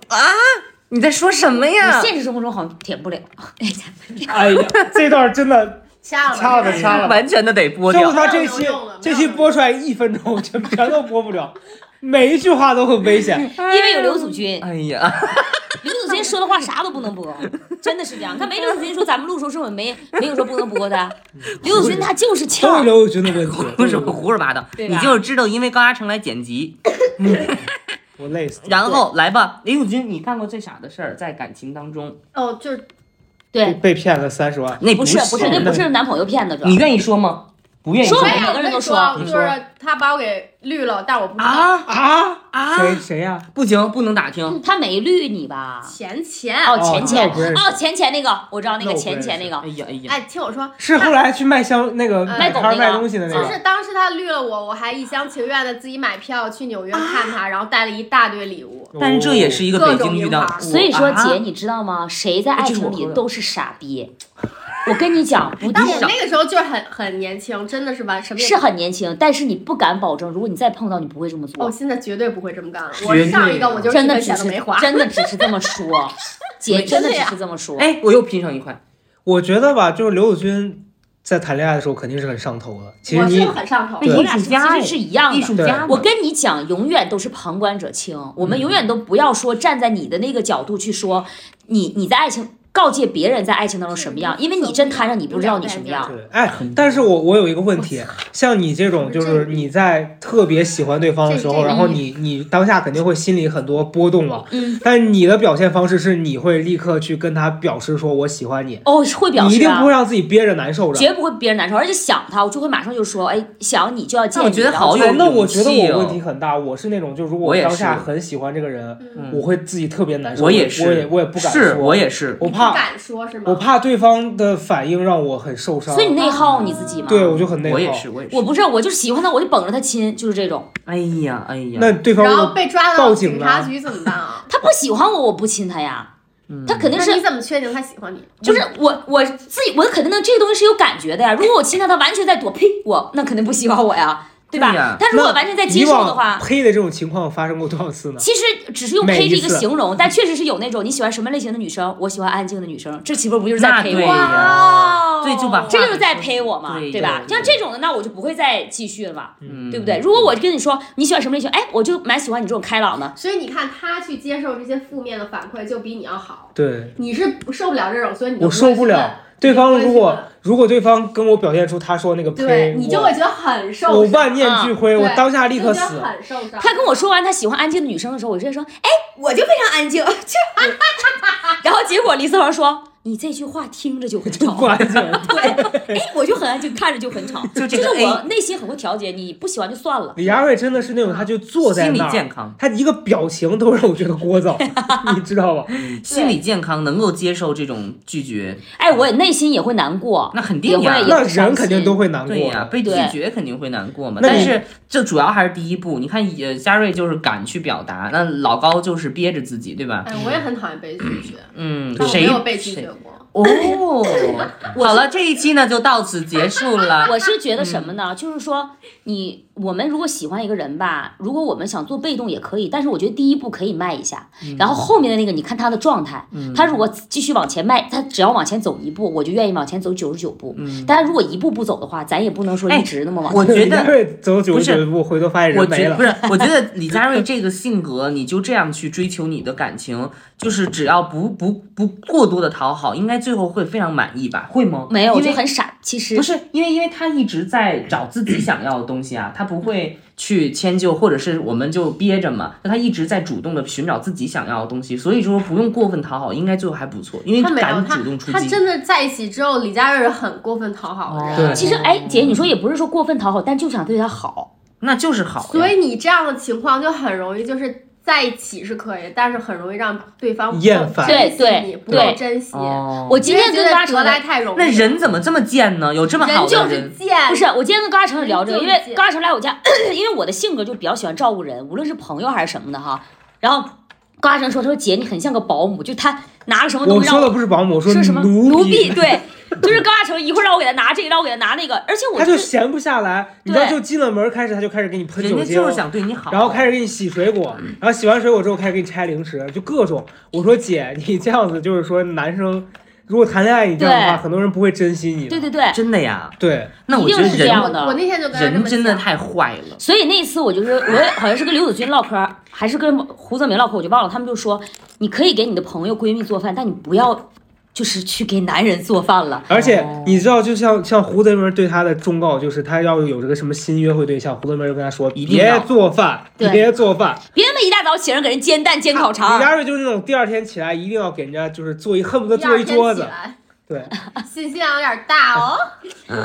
你在说什么呀
你？现实生活中好像舔不了。
哎呀，这段真的，
掐了吧，
掐了掐了
完全的得剥
就
掉。
他这期
没有用了
这期播出来一分钟， 全全都播不了，每一句话都很 危险。
因为有刘祖君，
哎呀，
刘祖君说的话啥都不能播，真的是这样。他没刘祖君说咱们录的时候是不是没没有说不能播的？刘祖君他就是欠
都是
儿，
刘宇君的问题，
不 是我胡说八道，
对
你
吧
就是知道，因为高嘉诚来剪辑，
我累死了。
然后来吧，林永军，你干过最傻的事儿在感情当中，
哦，就是
被
对，
被骗了三十万，
那
不是不是，
是
那不是男朋友骗的，主要
你愿意说吗？不愿意
说
吗
呀每个人都说
说，啊
你
就
说
是他把我给绿了，但我不知道。
啊
啊
啊！
谁谁呀？
不行，不能打听。
嗯他没绿你吧？
钱钱，
哦，
哦
钱钱
那我不认识
哦，钱钱那个我知道那
那
个
我不
钱钱那个
哎呀哎呀，
哎，听我说，
是后来去卖香那个
呃
摆摊儿
卖狗那
卖
个
东西的那
就
个
是当时他绿了我，我还一厢情愿的自己买票去纽约看
啊
他，然后带了一大堆礼物。
哦，
但是这也是一个北京遇到
各种名牌，
所以说，
啊
姐，你知道吗？谁在爱情里都是傻逼。我跟你讲，不
但
见
我
得
那个时候就是很很年轻，真的是完什么也
是很年轻，但是你不敢保证，如果你再碰到，你不会这么
我
做。
现在绝对不会这么干了。
绝
我
对
上一个我哦就是
真
一
的
分
只
钱都
是
没花，
真的只是这么说，姐真的只是这么说。
哎，我又拼上一块。
我觉得吧，就是刘宇君在谈恋爱的时候肯定是很上头的。其实
我是
你
很上头
对。
我俩是
艺术家
其实是一样
艺
的。
术家嘛，
我跟你讲，永远都是旁观者清。我
嗯
们永远都不要说站在你的那个角度去说，你你在爱情告诫别人在爱情当中什么样，因为你真摊上，你不知道你什么样。
啊
对，哎，但是我我有一个问题，像你这种就是你在特别喜欢对方的时
这
候，
这
然后你你当下肯定会心里很多波动嘛。
嗯。
但你的表现方式是你会立刻去跟他表示说我喜欢你，
哦，会表
你一
示
定
啊
不会。让自己憋着难受的。
绝不会别人难受，而且想他，我就会马上就说，哎，想你就要见你。
那我觉得
然后
好
就
有
哎，那我觉得
勇气
我
哦
问题很大，我是那种就如果
我也
当下
是
很喜欢这个人，
嗯
我会自己特别难受。
我
我
也是
我也我也不敢
是
说
我也是，
我
你
怕
不敢说是吗？
我怕对方的反应让我很受伤，
所以你
啊
内耗你自己嘛。
对我就很内耗。
我也是，我也是。
我不是，我就喜欢他，我就捧着他亲，就是这种。
哎呀，哎呀，
那对方
然
如
后
果
被抓
报
到
警
警
了
察局怎么办啊？
他不喜欢我，我不亲他呀。
嗯
他肯定
那
是
你怎么确定他喜欢你？嗯
就是我我自己，我肯定能这个东西是有感觉的呀。如果我亲他，他完全在躲，呸，我那肯定不喜欢我呀，对吧？
对呀
他如果完全在接
以
受
往
的话，
呸的这种情况发生过多少次呢？
其实只是用
每
呸
一
这个
次
形容，但确实是有那种你喜欢什么类型的女生，我喜欢安静的女生，这岂不是不就是在
那
呸
对
我？
呀，对就把话
哦这就是在陪我嘛，
对
对吧？
对
像这种的，那我就不会再继续了嘛，
嗯
对不对？如果我跟你说你喜欢什么类型，哎，我就蛮喜欢你这种开朗的，
所以你看他去接受这些负面的反馈，就比你要好。
对，
你是不受不了这种，所以你就
我受不了。对方如
你
果
不会
如果对方跟我表现出他说那个
去问，对
呸，
你就会觉得很受伤。
我我万念俱灰，
对
我当下立刻
就觉
死
得。很受伤。
他跟我说完他喜欢安静的女生的时候，我直接说，哎，我就非常安静， 就，然后结果李思恒说，你这句话听着就很吵，
不安静，
对，哎，我就很安静，看着就很吵，
就这
就
个
是
A
我内心很会调节，你不喜欢就算了，
李佳瑞真的是那种，他就坐在
心理
那
健
儿，
康，
他一个表情都让我觉得聒噪，你知道吧？
心理健康能够接受这种拒绝，
哎，我也内心也会难过，
那肯定
也
呀
会。
那人肯定都会难
对
过
呀、
的。
被拒
对
绝肯定会难过嘛。
那
但
你
是这主要还是第一步。你看，呃，嘉瑞就是敢去表达，那老高就是憋着自己，对吧？
哎，我也很讨厌被拒绝，
嗯，
哦
但我没
谁
有被拒绝
谁
过。
哦，好了，这一期呢就到此结束了。
我是觉得什么呢？就是说你，我们如果喜欢一个人吧，如果我们想做被动也可以，但是我觉得第一步可以迈一下，
嗯
然后后面的那个你看他的状态，他如果继续往前迈，他只要往前走一步，我就愿意往前走九十九步。但是如果一步不走的话，咱也不能说
嗯哎
一直那么往前。
我觉
李佳
得
瑞走九
不
十
是
九步，回头发现
我
人没
觉
了
不。是，我觉得李佳瑞这个性格，你就这样去追求你的感情，就是只要不不不过多的讨好，应该最后会非常满意吧？会吗？
没有，我
因
就
为
很傻，其实
不是因为因为他一直在找自己想要的东西啊，他不会去迁就，或者是我们就憋着嘛。那他一直在主动的寻找自己想要的东西，所以说不用过分讨好，应该最后还不错，因为
他没有
敢
他
主动出
他
击。哦
真的在一起之后，李佳瑞很过分讨好的人，
对
其实哎，姐，你说也不是说过分讨好，但就想对他好。
那就是好呀，
所以你这样的情况就很容易就是在一起是可以，但是很容易让对方不够
厌烦
珍惜
对
你
对
不够
对
珍惜。
哦，
我今天
觉
跟
得
大家
得
成
来太容易了，
那人怎么这么贱呢？有这么好
人
的
就是
人，
贱，
不是，我今天跟高嘉诚也聊这个，
就
因
是
为
贱
高嘉诚来我家， 因为我的性格就比较喜欢照顾人，无论是朋友还是什么的哈。然后高嘉诚说：“他说姐，你很像个保姆，就他拿个什么东
我
西让
说
我
的不是保姆，我说
说什么
奴
婢，对，就是高嘉诚一会儿让我给他拿这个，让我给他拿那个，而且我
他就是闲不下来。你知道，
对
就进了门开始，他就开始给你喷
人
酒
家
精
就，是想对你好，
然后开始给你洗水果，然后洗完水果之后开始给你拆零食，就各种。我说姐， 你这样子就是说男生如果谈恋爱你这样的话，
对
很多人不会珍惜你的。
对对对，
真的呀。
对
那我觉得
一定是这
人
样
我那天就跟他这
人
么
真的
讲，
太坏了。
所以那一次我就是我也好像是跟刘子君唠嗑儿，还是跟胡泽明唠嗑，我就忘了。他们就说，你可以给你的朋友闺蜜做饭，但你不要就是去给男人做饭了。
而且你知道，就像像胡德明对他的忠告，就是他要有这个什么新约会对象，胡德明就跟他说，
一定要
别做饭，
对
别做饭。
别他妈一大早起来给人煎蛋煎烤
李
肠，
佳瑞就是那种第二天起来一定要给人家就是做一恨不得
第二
做一
天
桌
起
子，
来
对，
信息量有点大哦。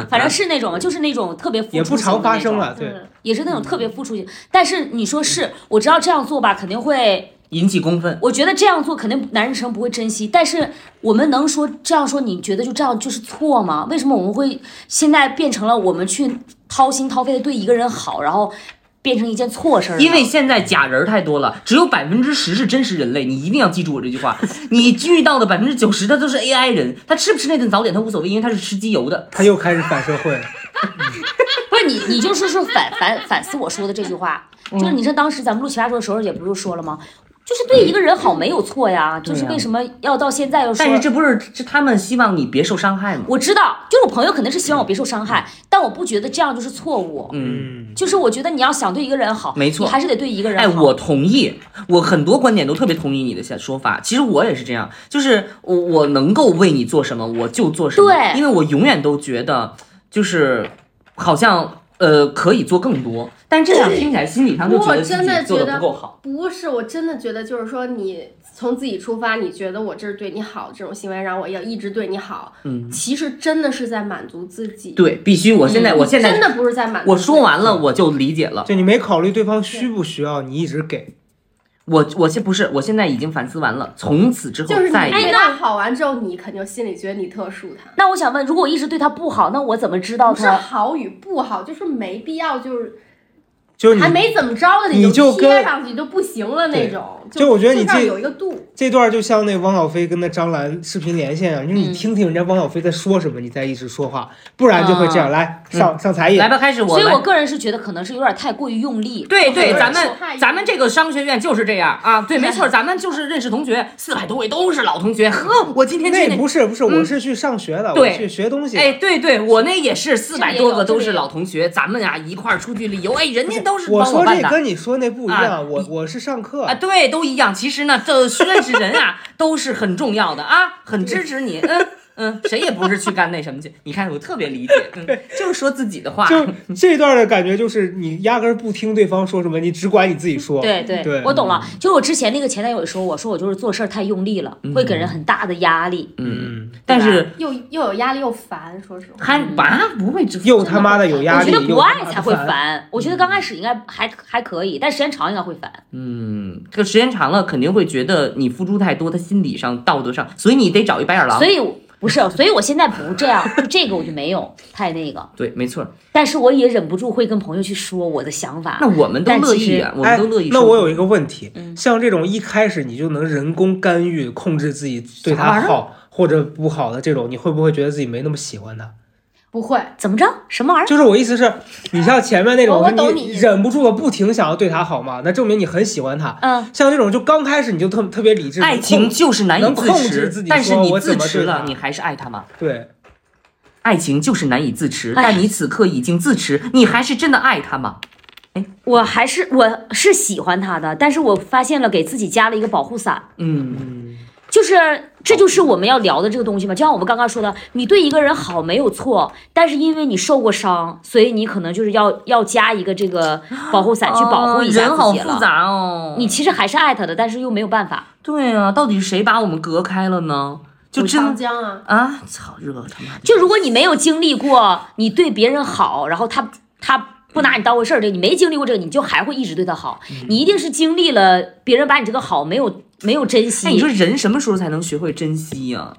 反正是那种就是那种特别付出
也
型
不常
的那
发生
种
了，，对。
嗯
也是那种特别付出型。但是你说是我知道这样做吧，肯定会，
引起公愤，
我觉得这样做肯定男人生不会珍惜。但是我们能说这样说，你觉得就这样就是错吗？为什么我们会现在变成了我们去掏心掏肺的对一个人好，然后变成一件错事儿呢？
因为现在假人太多了，只有百分之十是真实人类。你一定要记住我这句 话，你遇到的百分之九十他都是 AI 人，他吃不吃那顿早点他无所谓，因为他是吃机油的。
他又开始反社会了，
不是你，你就是说反反反思我说的这句话，
嗯
就是你说当时咱们录奇葩说的时候也不是说了吗？就是对一个人好没有错呀，就是为什么要到现在要说？
但是这不是这他们希望你别受伤害吗？
我知道，就是我朋友肯定是希望我别受伤害，但我不觉得这样就是错误。
嗯，
就是我觉得你要想对一个人好，
没错
你还是得对一个人好。
哎，我同意，我很多观点都特别同意你的想说法。其实我也是这样，就是我我能够为你做什么，我就做什么。
对
因为我永远都觉得，就是好像呃可以做更多，但这样听起来心理上就觉
我
得自
真的
己做
觉
的
得
不够好。
不是，我真的觉得就是说，你从自己出发，你觉得我这是对你好，这种行为让我要一直对你好，嗯，其实真的是在满足自己，，
对，必须，我现在、我现在
嗯真的不是在满足。
我说，完了，
嗯
我就理解了。
就你没考虑对方需不需要，你一直给，
我我现不是，我现在已经反思完了，从此之后
就是你哎
再也
对他好完之后，你肯定心里觉得你特殊他，
那我想问，如果我一直对他不好，那我怎么知道
不是
他？
好与不好，就是没必要，就是
就是你
还没怎么着的
你就
就
跟
贴上去就不行了那种。
就我觉得你
这
这
有一个度，
这段就像那汪小菲跟那张兰视频连线啊，就是
嗯
你听听人家汪小菲在说什么，你再一直说话，不然就会这样。来上上才艺，
啊嗯来吧，开始我
所以，
来
我个人是觉得可能是有点太过于用力。
对对，
我
咱们
我太
咱们这个商学院就是这样啊，对，没错，咱们就是认识同学，四百多位都是老同学。呵，我今天去
那
那，嗯
不是不是，我是去上学的，我
对
去学东西。
哎，对对，我那也是四百
也
多
有
个都
这
是
里
老同学，咱们啊一块儿出去旅游，哎，人家都是
我
帮
说
办
这
的。
跟你说那不一
啊
样，我我是上课
啊，，对，都一样。其实呢，这认识人啊， 都是很重要的啊，很支持你。嗯嗯，谁也不是去干那什么去。你看，我特别理解，嗯，就是说自己的话。嗯
就这段的感觉就是你压根儿不听对方说什么，你只管你自己说。
对对，
对
我懂了。就是我之前那个前男友也说我，说我就是做事儿太用力了，会给人很大的压力。
嗯，
但是
又又有压力又烦，说实话。
还娃不会知
又他妈的嗯有压
我
力，
觉得不
又他
爱
妈的
才会
烦。
烦，我觉得刚开始应该还还可以，但时间长应该会烦。
嗯，这个时间长了肯定会觉得你付出太多，他心理上、道德上，所以你得找一白眼狼
所。以我不是，所以我现在不这样，就这个我就没有太那个，
对，没错。
但是我也忍不住会跟朋友去说我的想法
那。我们都
但
乐
其实
意啊，我们
哎
都乐意，说。嗯
那我有一个问题，像这种一开始你就能人工干预、控制自己对
啥玩
他
意儿
好或者不好的这种，你会不会觉得自己没那么喜欢他？
不会，
怎么着？什么玩意儿？
就是我意思是，你像前面那种，
我我懂
你
你
忍不住的不停想要对他好嘛，那证明你很喜欢他。
嗯，
像这种就刚开始你就特特别理智，
爱情就是难以
能
自
控制自
持
己，
但是
说
你
我
自
怎么
持
对
了，
他
你还是爱他吗？
对，
爱情就是难以自持，
哎
但你此刻已经自持，你还是真的爱他吗？
我还是我是喜欢他的，但是我发现了给自己加了一个保护伞，
嗯，
就是这就是我们要聊的这个东西嘛。就像我们刚刚说的，你对一个人好没有错，但是因为你受过伤，所以你可能就是要要加一个这个保护伞去保护一下
哦人
自
好
己了。
复杂哦。
你其实还是爱他的，但是又没有办法。
对啊，到底谁把我们隔开了呢？就
长
真
江啊，
啊，操，热他妈的！
就如果你没有经历过你对别人好，然后他他不拿你当回事儿，这个你没经历过这个，你就还会一直对他好。
嗯
你一定是经历了别人把你这个好没有没有珍惜。
哎，你说人什么时候才能学会珍惜呀、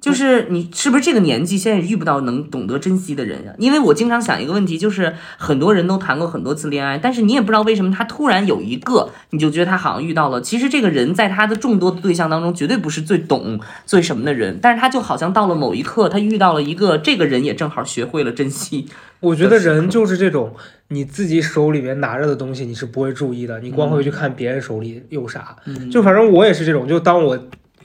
就是你是不是这个年纪现在遇不到能懂得珍惜的人呀、因为我经常想一个问题，就是很多人都谈过很多次恋爱，但是你也不知道为什么他突然有一个，你就觉得他好像遇到了。其实这个人在他的众多的对象当中，绝对不是最懂最什么的人，但是他就好像到了某一刻，他遇到了一个这个人，也正好学会了珍惜。
我觉得人就是这种，你自己手里面拿着的东西你是不会注意的，你光
嗯
会去看别人手里有啥。就反正我也是这种，就当我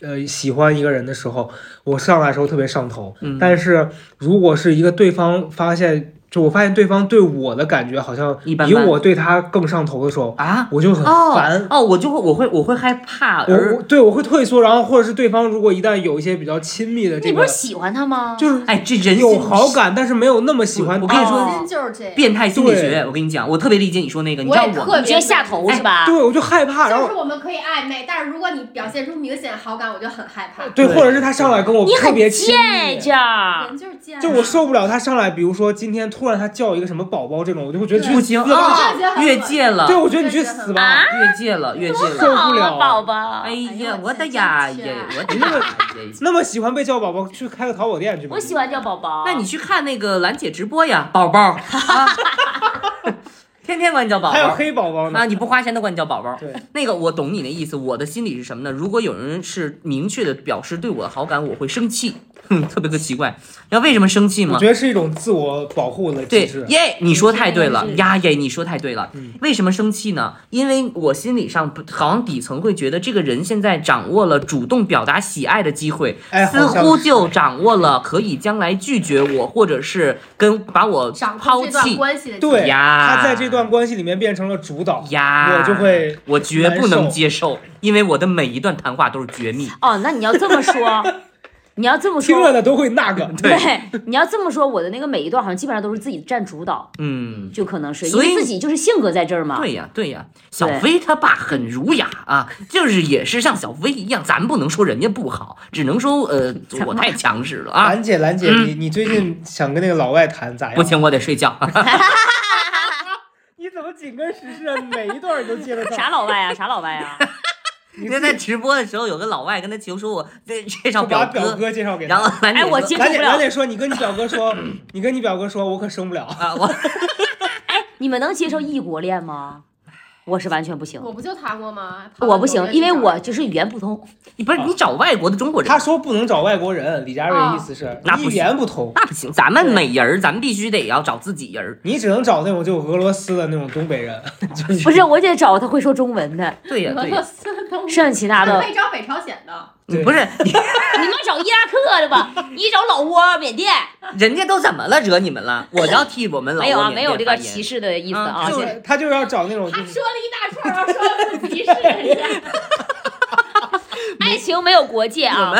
呃喜欢一个人的时候，我上来的时候特别上头，
嗯
但是如果是一个对方发现，就我发现对方对我的感觉好像
一般
比
般
我对他更上头的时候，
啊，
我就很烦。
哦哦，我就会我会我会害怕，
我
而
我对我会退缩，然后或者是对方如果一旦有一些比较亲密的这
你不
个
是，喜欢他吗？
就是
哎这人
有
性
好感，但是没有那么喜欢
我
他。
我跟你说
哦
真就是这样。
变态心理学，
对
我跟你讲，我特别理解你说那个，你知道
也
我
特
你觉
别
得下头是吧？
哎对，我就害怕，然后
就是我们可以暧昧，但是如果你表现出明显好感，我就很害怕。
对，
对
或者是他上来跟我
你
特
很
别亲
贱
密，
这儿
人就是贱啊。
就我受不了他上来，比如说今天突然他叫一个什么宝宝这种，我就会觉得
对
去
不行
死吧，
啊
这些很恶
越
心
界了，
对，我觉得你去死吧
啊，
越界了，越界 了。
受
好
不
了，宝
了。啊
宝
哎。
哎
呀
呀，
我的
真
呀
真
耶，
是
我的呀耶！
那么喜欢被叫宝宝，去开个淘宝店去吧
我。喜欢叫宝宝。
那你去看那个兰姐直播呀，宝宝 啊，天天管你叫宝
还有
宝。
黑宝宝
啊！
呢，
你不花钱都管你叫宝宝，
对，
那个我懂你的意思。我的心理是什么呢？如果有人是明确的表示对我的好感，我会生气，哼，特别的奇怪。你知道为什么生气吗
我？觉得是一种自我保护的机
对
制。
耶，你说太对了
是
呀耶，你说太对了。
嗯
为什么生气呢？因为我心理上不好像底层会觉得这个人现在掌握了主动表达喜爱的机会，
哎好
似
像
乎
是
就掌握了可以将来拒绝我，或者是跟把我
掌控
抛
这段
弃
关系的机会
对，
呀
他在这段关系里面变成了主导，
呀，
我就会
我绝不能
难受
接受，因为我的每一段谈话都是绝密。
哦，那你要这么 说，你要这么
听了
说，
的都会那个。
对
你要这么说，我的那个每一段好像基本上都是自己占主导，
嗯，
就可能是因
所以
为自己就是性格在这儿嘛。
对呀，对呀，小飞他爸很儒雅啊，就是也是像小飞一样，咱不能说人家不好，只能说呃，我太强势了啊，
兰姐，兰姐，你你最近想跟那个老外谈咋样？
不，行，我得睡 觉。
你怎么紧跟时事啊？每一段都接得上。
啥老外啊？啥老外啊？
你
那在直播的时候，有个老外跟他求说，我这介绍
就把
哥，
哎表哥介绍给他。
然后兰姐
哎，
说
我接受
兰姐，
不
兰
了。
姐说：“你跟你表 哥说，你跟你表哥说，我可生不了。
啊，我
你们能接受异国恋吗？我是完全不行，
我不就谈过吗？
我不行，因为我就是语言不通。
你不是你找外国的中国”人
他，说不能找外国人，李佳瑞
啊
意思是
那不行
语言不通，
那不行，咱们美人儿，咱们必须得要找自己人儿。
你只能找那种就俄罗斯的那种东北人， 就是
不是，我得找他会说中文的，
对呀，
俄
对
罗
呀，嗯
斯都
剩其他的
可以找北朝鲜的，
对
不是
你们找伊拉克的吧，你找老挝、缅甸，
人家都怎么了，惹你们 了？我要替我们老
没有啊，
挝
没有这个歧
视。
视的意思啊。
就
现
是他就是要找那种
他
就是
说了一大串，然后说自己是人家，
爱情没有国界啊，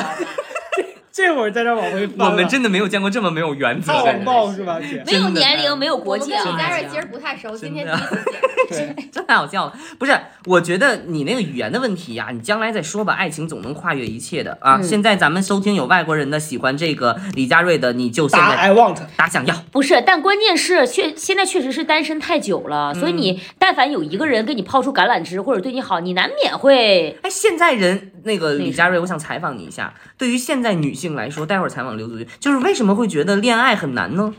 这会儿在这儿往回翻了，
我们真的没有见过这么没有原则的
棒
哦
人，
爆是吧，姐？
没有年龄，没有国界
我
啊
跟李。佳瑞其实不太熟，今天第一次见。
对，
真太好笑了。不是，我觉得你那个语言的问题呀、啊你将来再说吧。爱情总能跨越一切的啊！
嗯
现在咱们收听有外国人的喜欢这个李佳瑞的，你就现
答
在
I want，
打想要。
不是，但关键是确现在确实是单身太久了，所以你但凡有一个人给你抛出橄榄枝或者对你好，你难免会
哎，现在人那个
那
李
个
佳瑞，我想采访你一下，对于现在女性来说，待会儿采访刘子君，就是为什么会觉得恋爱很难呢？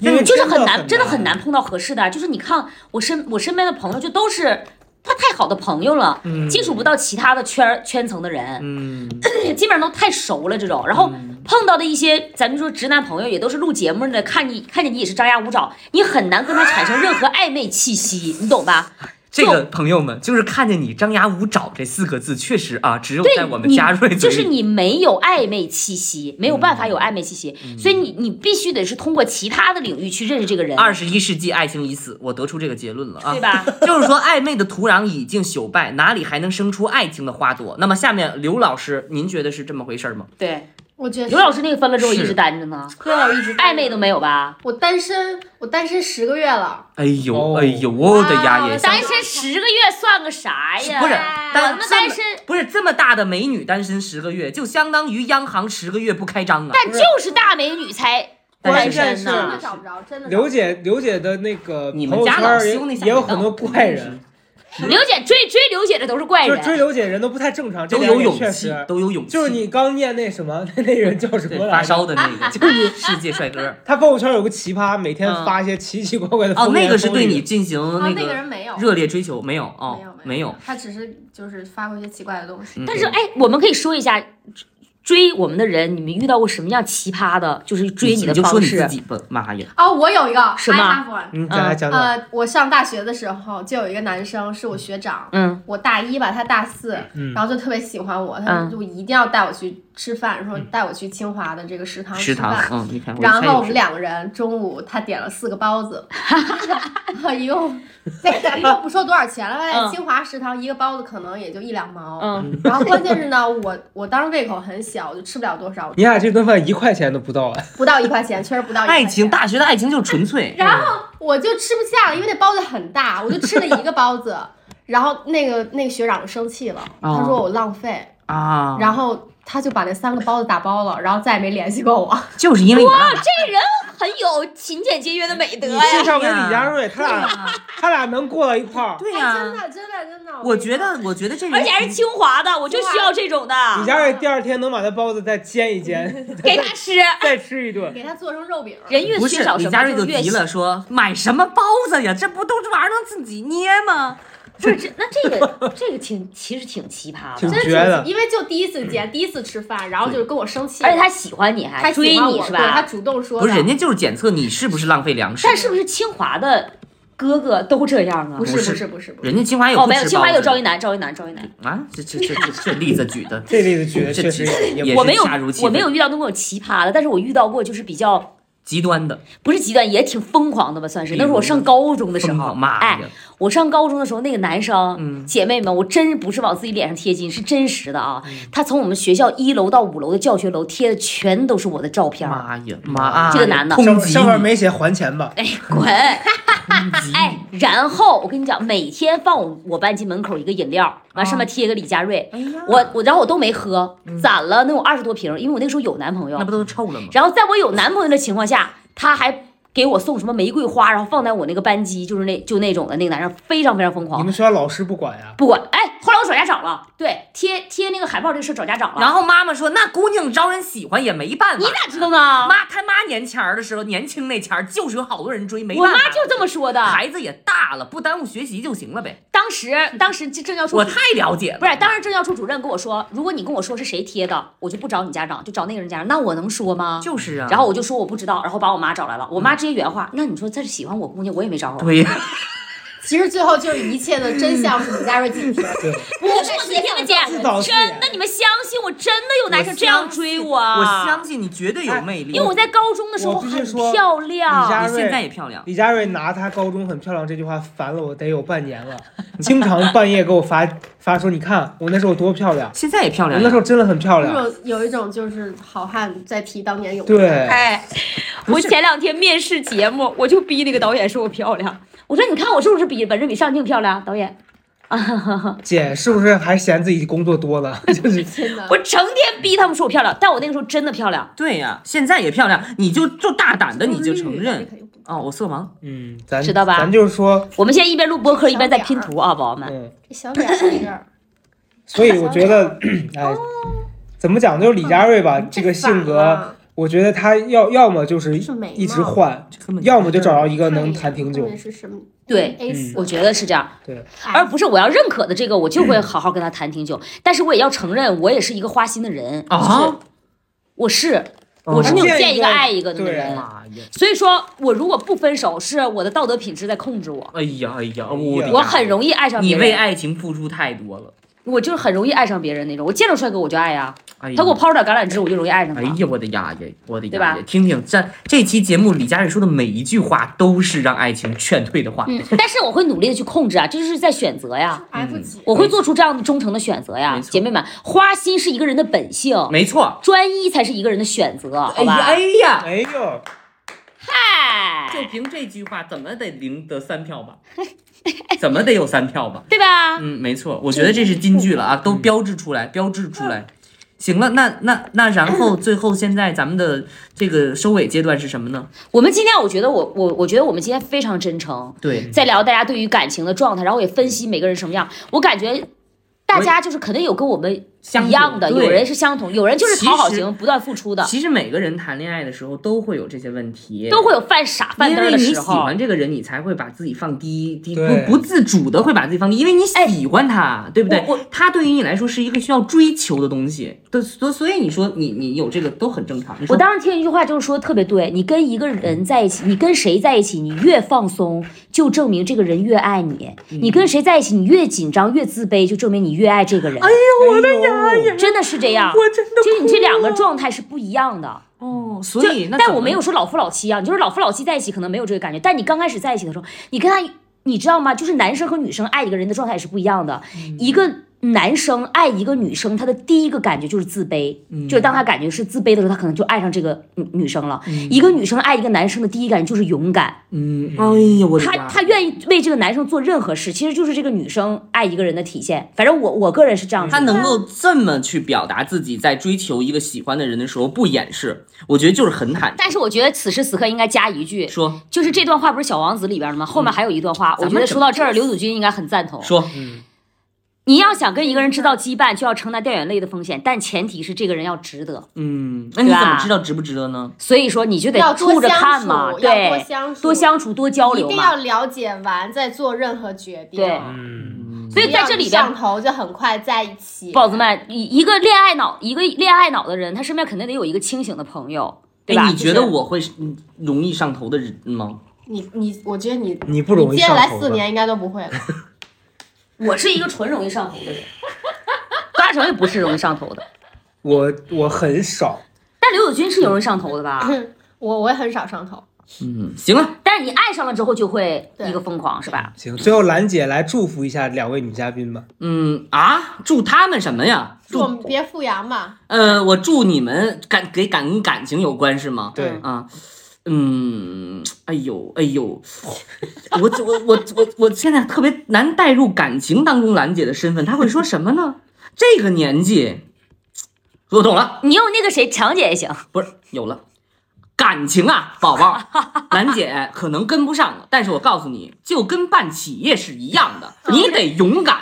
因为
就是
很
难，真的
很
很难碰到合适的。啊就是你看我身我身边的朋友，就都是他太好的朋友了，接触不到其他的圈儿圈层的人，
嗯，
基本上都太熟了这种。然后碰到的一些咱们说直男朋友，也都是录节目的，看你看见你也是张牙舞爪，你很难跟他产生任何暧昧气息，你懂吧？
这个朋友们，就是看见你张牙舞爪这四个字，确实啊，只有在我们
你
嘉瑞嘴里
就是你没有暧昧气息，没有办法有暧昧气息，所以你你必须得是通过其他的领域去认识这个人，
二十一世纪爱情已死，我得出这个结论了啊，
对？吧？
就是说，暧昧的土壤已经朽败，哪里还能生出爱情的花朵？那么，下面刘老师，您觉得是这么回事儿吗？
对，
我觉得
刘老师那个分了之后
是
一直啊单着呢，
对我一直
暧昧都没有吧？
我单身，我单身十个月了，
哎呦，
哦
哎呦，我的
哇
呀
我
耶！
想
单身十个月算个啥呀？
不是单
我们
这么
单身，
不是这么大的美女单身十个月，就相当于央行十个月不开张啊！
但就是大美女才单
关
身
键是
真
呢
的。找不着，真的找不着。啊
刘姐，刘姐的那个
你
朋
们
友
家老
圈
修那
也
下
也有
水道
很多怪
嗯
人，，
刘姐追追刘姐的都是怪
就是追
人，
刘姐人都不太正常，这
都
点
有
也
勇
确
气
实，。
都有勇气。
就是你刚念那什么， 那人叫什
对
么来
发
着？
烧的那个，就是你世界帅 哥。
他朋友圈有个奇葩，每天
嗯
发一些奇奇怪怪的
哦，
风
那
言
个是
风
对
语
你进行
啊，那个
个
人没有，
热烈追求没有？哦
没有，
没有。，
他只是就是发过一些奇怪的东西。
嗯
但是哎，我们可以说一下追追我们的人，你们遇到过什么样奇葩的，就是追
你
的
就说
方
你自
式？
己吧，妈呀！
哦，我有一个
是吗
I have one
嗯，咱来讲讲，
呃，我上大学的时候就有一个男生是我学长，
嗯，
我大一吧，他大四，
嗯
然后就特别喜欢我，他
嗯
就一定要带我去吃饭，说带我去清华的这个食
啊
堂
食
吃
堂
饭，。
嗯，你看，
然
猜有
后我们
谁
两个人中午他点了四个包子，一共一共不说多少钱了，
嗯
在清华食堂一个包子可能也就一两毛。
嗯，
然后关键是呢，我我当时胃口很小，我就吃不了多少，
你俩这顿饭一块钱都不到啊！
不到一块钱，确实不到一块钱。
爱情，大学的爱情就是纯粹。
然后我就吃不下了，因为那包子很大，我就吃了一个包子。 然后那个那个学长就生气了，
哦
他说我浪费，
啊，
然后他就把那三个包子打包了，然后再也没联 系过我。
就是因为你
哇，这个人很有勤俭节约的美德
你
呀
介。绍给李佳瑞，他
啊
俩他俩能过到一块儿。
对
哎
呀、
真的真的真的，
我
跟你
觉
说
得，我觉得这人
而且还是清华的，我就需要这种的，
李佳瑞第二天能把那包子再煎一煎，
给他吃。
再吃一顿。
给他做成 肉饼，
人越
不
缺
是
少什
李
么，
佳瑞
就越
急了，说买什么包子呀？这不都是玩意儿能自己捏吗？
不是这那这 个这个挺其实挺奇葩
挺
的，
真的
觉得，
挺因为就第一次见，第一次吃饭，然后就是跟我生气，
而且他喜欢你还
他
追
喜欢
你
我
是
对他
吧？
主动说
不
的，
是，人家就是检测你是不是浪费粮食。
但是不是清华的哥哥都这样啊
不？是
不
不
是
是不是不是，
人家清华有
哦，
不
没有，
吃
清华
包
有
子的
赵一楠，赵一楠，赵一楠。
啊？这这这这这例子举的
这例子举的确
这
实
其实也
也不
是
我没有
恰如其，
我
分
没有遇到那种奇葩的，但是我遇到过就是比较
极端的
不是极端，也挺疯狂的吧，算是。
比
那
如
是我上高中的时
哎疯
候
狂，骂
哎
呀，
我上高中的时候，那个男生，
嗯
姐妹们，我真不是往自己脸上贴金，是真实的啊。
嗯
他从我们学校一楼到五楼的教学楼贴的全都是我的照片儿，
妈呀妈呀！
这个男的
抨
上
击
上面
你，
没写还钱吧？
哎，滚！
嗯
哎，然后我跟你讲，每天放我我班级门口一个饮料，完上面贴个李佳瑞，
哎
我我然后我都没喝，攒了能有二十多瓶，因为我那个时候有男朋友
嗯那，不都臭了吗？
然后在我有男朋友的情况下，他还给我送什么玫瑰花，然后放在我那个班级，就是那就那种的那个男生非常非常疯
你
狂，
们学校老师不管呀？
不管哎，后来我找家长了，对，贴贴那个海报这个事儿找家长了，
然后妈妈说，那姑娘招人喜欢也没办
你
法。
咋知道呢？
妈他妈年前儿的时候，年轻那前儿就是有好多人追，没
我
办法。
妈就这么说的，
孩子也大了，不耽误学习就行了呗。
当时当时这正要出
我
主
太了解了，
不是，当时政教处主任跟我说，如果你跟我说是谁贴的，我就不找你家长，就找那个人家长，那我能说吗？
就是啊。
然后我就说我不知道，然后把我妈找来了，我妈直接原话，那你说他是喜欢我姑娘，我也没招呼。
对呀，
其实最后就是一切的真相是李佳瑞自 己
对，
不是你听没见
自导？自演
真的，你们相信我，真的有男生这样追我。
我相信你绝对有魅力。
啊因为我在高中的时候
我必须
很
说
漂
你家
亮，
你现在也漂亮，
李佳瑞拿他高中很漂亮这句话烦了我得有半年了，经常半夜给我发发说，你看我那时候多漂亮，
现在也漂
我
亮。
那时候真的很漂
哎
有一
亮。
种有一种就是好汉在提当年勇。
对，
哎，我前两天面试节目，我就逼那个导演说我漂亮，我说你看我是不是比本人比上镜漂亮？导演，
姐是不是还嫌自己工作多了？ 就是
真的，
我成天逼他们说我漂亮，但我那个时候真的漂亮。
对呀、现在也漂亮，你就就大胆的你就承
你
嗯
认
肯定不
啊、我色盲，
嗯，咱
知道吧
咱就是说，
我们现在一边录播客一边在拼图啊，宝宝们。
嗯，
这小脸在这儿，
所以我觉得，哎，怎么讲？就是李佳瑞吧，这个性格，我觉得他要要么就是
是美貌
一直换，
这根本
要么就找到一
这
个能谈挺久。
是什么？
对
A
嗯
四，
我觉得是这样，而
哎
而
不是我要认可的这个，我就
嗯
会好好跟他
哦
谈挺久。但是我也要承认，我也是一个花心的人
啊
我是我是那种见
见一
一个
个
爱一个的
对
人。
妈呀！
所以说我如果不分手，是我的道德品质在控制我，
哎呀哎呀，
哎呀
我很容易爱上
你
别
为
人，
爱情付出太多了。
我就是很容易爱上别人那种。我见着帅哥我就爱呀，
哎呀，
他给我抛点橄榄枝，我就容易爱上
哎
他。
呀，我的丫呀，我的
啊
丫
对吧
呀！听听这这期节目，李佳瑞说的每一句话都是让爱情劝退的话。
嗯，但是我会努力的去控制啊，这就是在选择呀，
F 级，
嗯我会做出这样的忠诚的选择呀，
没错
姐妹们，花心是一个人的本性，
没错。
专一才是一个人的选择，
哎
好
呀哎
吧？
呀，
哎呦，
就
嗨，
凭这句话，怎么得赢得三票 吧？怎么得有三票吧？
对吧？
嗯，没错，我觉得这是金句了啊，
嗯
都标志出来，标志出来。 行了，那那那，然后最后现在咱们的这个收尾阶段是什么呢？
我们今天我觉得我我我觉得我们今天非常真诚，
对，
在聊大家对于感情的状态，然后也分析每个人什么样。我感觉大家就是可能有跟我们
相
一样的，
同
有人
对
是相同，有人就是讨好型，不断付出的，
其实每个人谈恋爱的时候都会有这些问题，
都会有犯傻犯
因
嘚
为
儿的
你
时
喜
候。
欢这个人，你才会把自己放低，低
对
不不自主的会把自己放低，因为你喜欢他，对不对
哎我我？
他对于你来说是一个需要追求的东西，对，所所以你说你你有这个都很正常。你
我
说
当时听一句话就是说得特别对，你跟一个人在一起，你跟谁在一起，你越放松，就证明这个人越爱你；
嗯
你跟谁在一起，你越紧张越自卑，就证明你越爱这个人。
我的呀呀！
真的是这样，
哎真的
就是你这两个状态是不一样的。
哦，所
就
以那
但
怎
我
么
没有说老夫老妻啊，你就是老夫老妻在一起可能没有这个感觉，但你刚开始在一起的时候，你跟他，你知道吗？就是男生和女生爱一个人的状态是不一样的。
嗯
一个男生爱一个女生，他的第一个感觉就是自卑，
嗯
就是当他感觉是自卑的时候，他可能就爱上这个女女生了。一个女生爱一个男生的第一感觉就是勇敢，
嗯，哎呀，我的
她
妈
她愿意为这个男生做任何事，其实就是这个女生爱一个人的体现。反正我我个人是这样，
他能够这么去表达自己在追求一个喜欢的人的时候不掩饰，我觉得就是很坦
但是我觉得此时此刻应该加一句，
说
就是这段话不是《小王子》里边的吗？后面
嗯
还有一段话，我
咱
觉
们
得
怎
说到这儿，刘祖君应该很赞同。
说，
你要想跟一个人制造羁绊，就要承担掉眼泪的风险，但前提是这个人要值得。
嗯，那你
对
怎么
吧
知道值不值得呢？
所以说，你就得
要多
处着
相
看
处
嘛，
要
对，
多相处
多相处多交
一
流
定要
嘛。
了解完再做任何决定。
对
嗯，
所以在这里
不要上
边，
头就很快在一起。
豹子们一一个恋爱脑，一个恋爱脑的人，他身边肯定得有一个清醒的朋友，对吧？
哎，你觉得
就是
我会是嗯容易上头的人吗？
你你，我觉得你
你不容易
你接下
上
来
头
四
的
年应该都不会 了。
我是一个纯容易上头 的人，高大成也不是容易上头的，
我我很少，
但刘子君是有容易上头的吧？
我我也很少上头。
嗯，行了，
但是你爱上了之后就会
对
一个疯狂，是吧？
行，最后兰姐来祝福一下两位女嘉宾吧。
嗯啊，祝他们什么呀？
祝我
祝
们别复阳嘛，
呃，我祝你们感给感跟感情有关是吗？
对，
嗯
啊，嗯，哎呦，哎呦，我我我我我现在特别难带入感情当中兰姐的身份，她会说什么呢？这个年纪，我懂了，
你用那个谁强姐也行，
不是有了。感情啊，宝宝， 兰姐可能跟不上了，但是我告诉你，就跟办企业是一样 的，你得勇敢，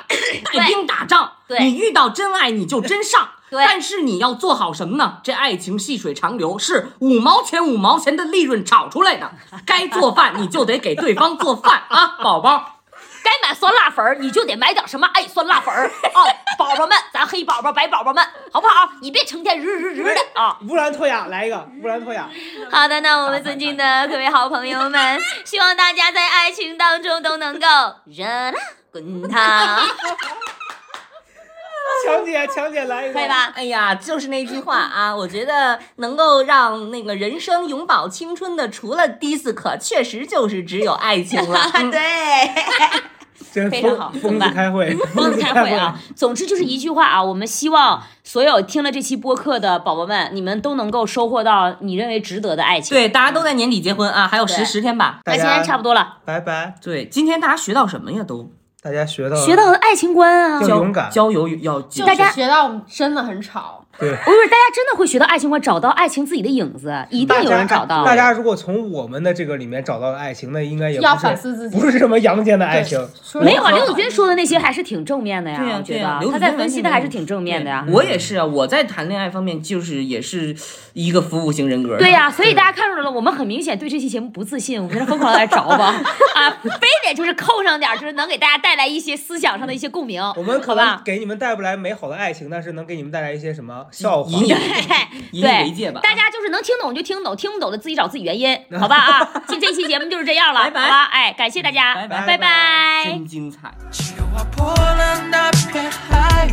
带兵打仗。
对
你遇到真爱你就真上。
对
但是你要做好什么呢？这爱情细水长流，是五毛钱五毛钱的利润炒出来的。该做饭你就得给对方做饭啊，宝宝。
该买酸辣粉儿你就得买点什么爱酸辣粉儿啊，宝宝们，咱黑宝宝白宝宝们，好不好？你别成天日日日的啊！
乌兰托雅来一个，乌兰托 雅，
好的，那我们尊敬的各位好朋友们，希望大家在爱情当中都能够热辣滚烫，
强姐强姐来一个，
对？ 吧？
哎呀，就是那句话啊， 我觉得能够让那个人生永葆青春的，除了 DISC，确实就是只有爱情 了。嗯对，
这
非常好
疯
怎
疯
么办
子开会，
疯子开会啊！总之就是一句话啊，我们希望所有听了这期播客的宝宝们，你们都能够收获到你认为值得的爱情。，
对，大家都在年底结婚啊，还有
对
十十天吧。
那
大
今
家
天差不多了，
拜拜，
对，今天大家学到什么呀？都
大家学到了
学到了爱情观啊！
要勇敢，
交友要谨慎
就
大
是
家
学到我们真的很吵，
对。
不是，大家真的会学到爱情观，找到爱情自己的影子，一定有人找到。
大家如果从我们的这个里面找到了爱情，那应该也
要
不
反
是
思自己。
不是什么阳间的爱情。
没有啊，刘子君说的那些还是挺正面的呀，
对呀
我觉
对
得、
呀刘子
他
君
在分
完
析
全
的
没
还是
问
挺正面的
嗯
呀。
我也是啊，我在谈恋爱方面就是也是一个服务型人格。
对、呀、所以大家看出来了，我们很明显对这期节目不自信，我们在这疯狂的来找吧， 啊，非得就是扣上点儿，就是能给大家带来一些思想上的一些共鸣，
我们可
好吧
能？给你们带不来美好的爱情，但是能给你们带来一些什么啊，
笑话，引以引以 为戒吧。
大家就是能听懂就听懂，听不懂的自己找自己原因，好吧啊？今这期节目就是这样了，
拜拜
好吧？哎，感谢大家，
拜
拜
拜
拜
真精彩。
气划破了那片海，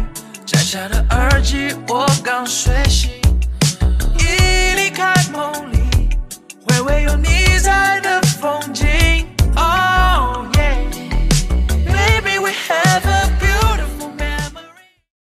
摘下了耳机，我刚睡醒，一离开梦 Oh,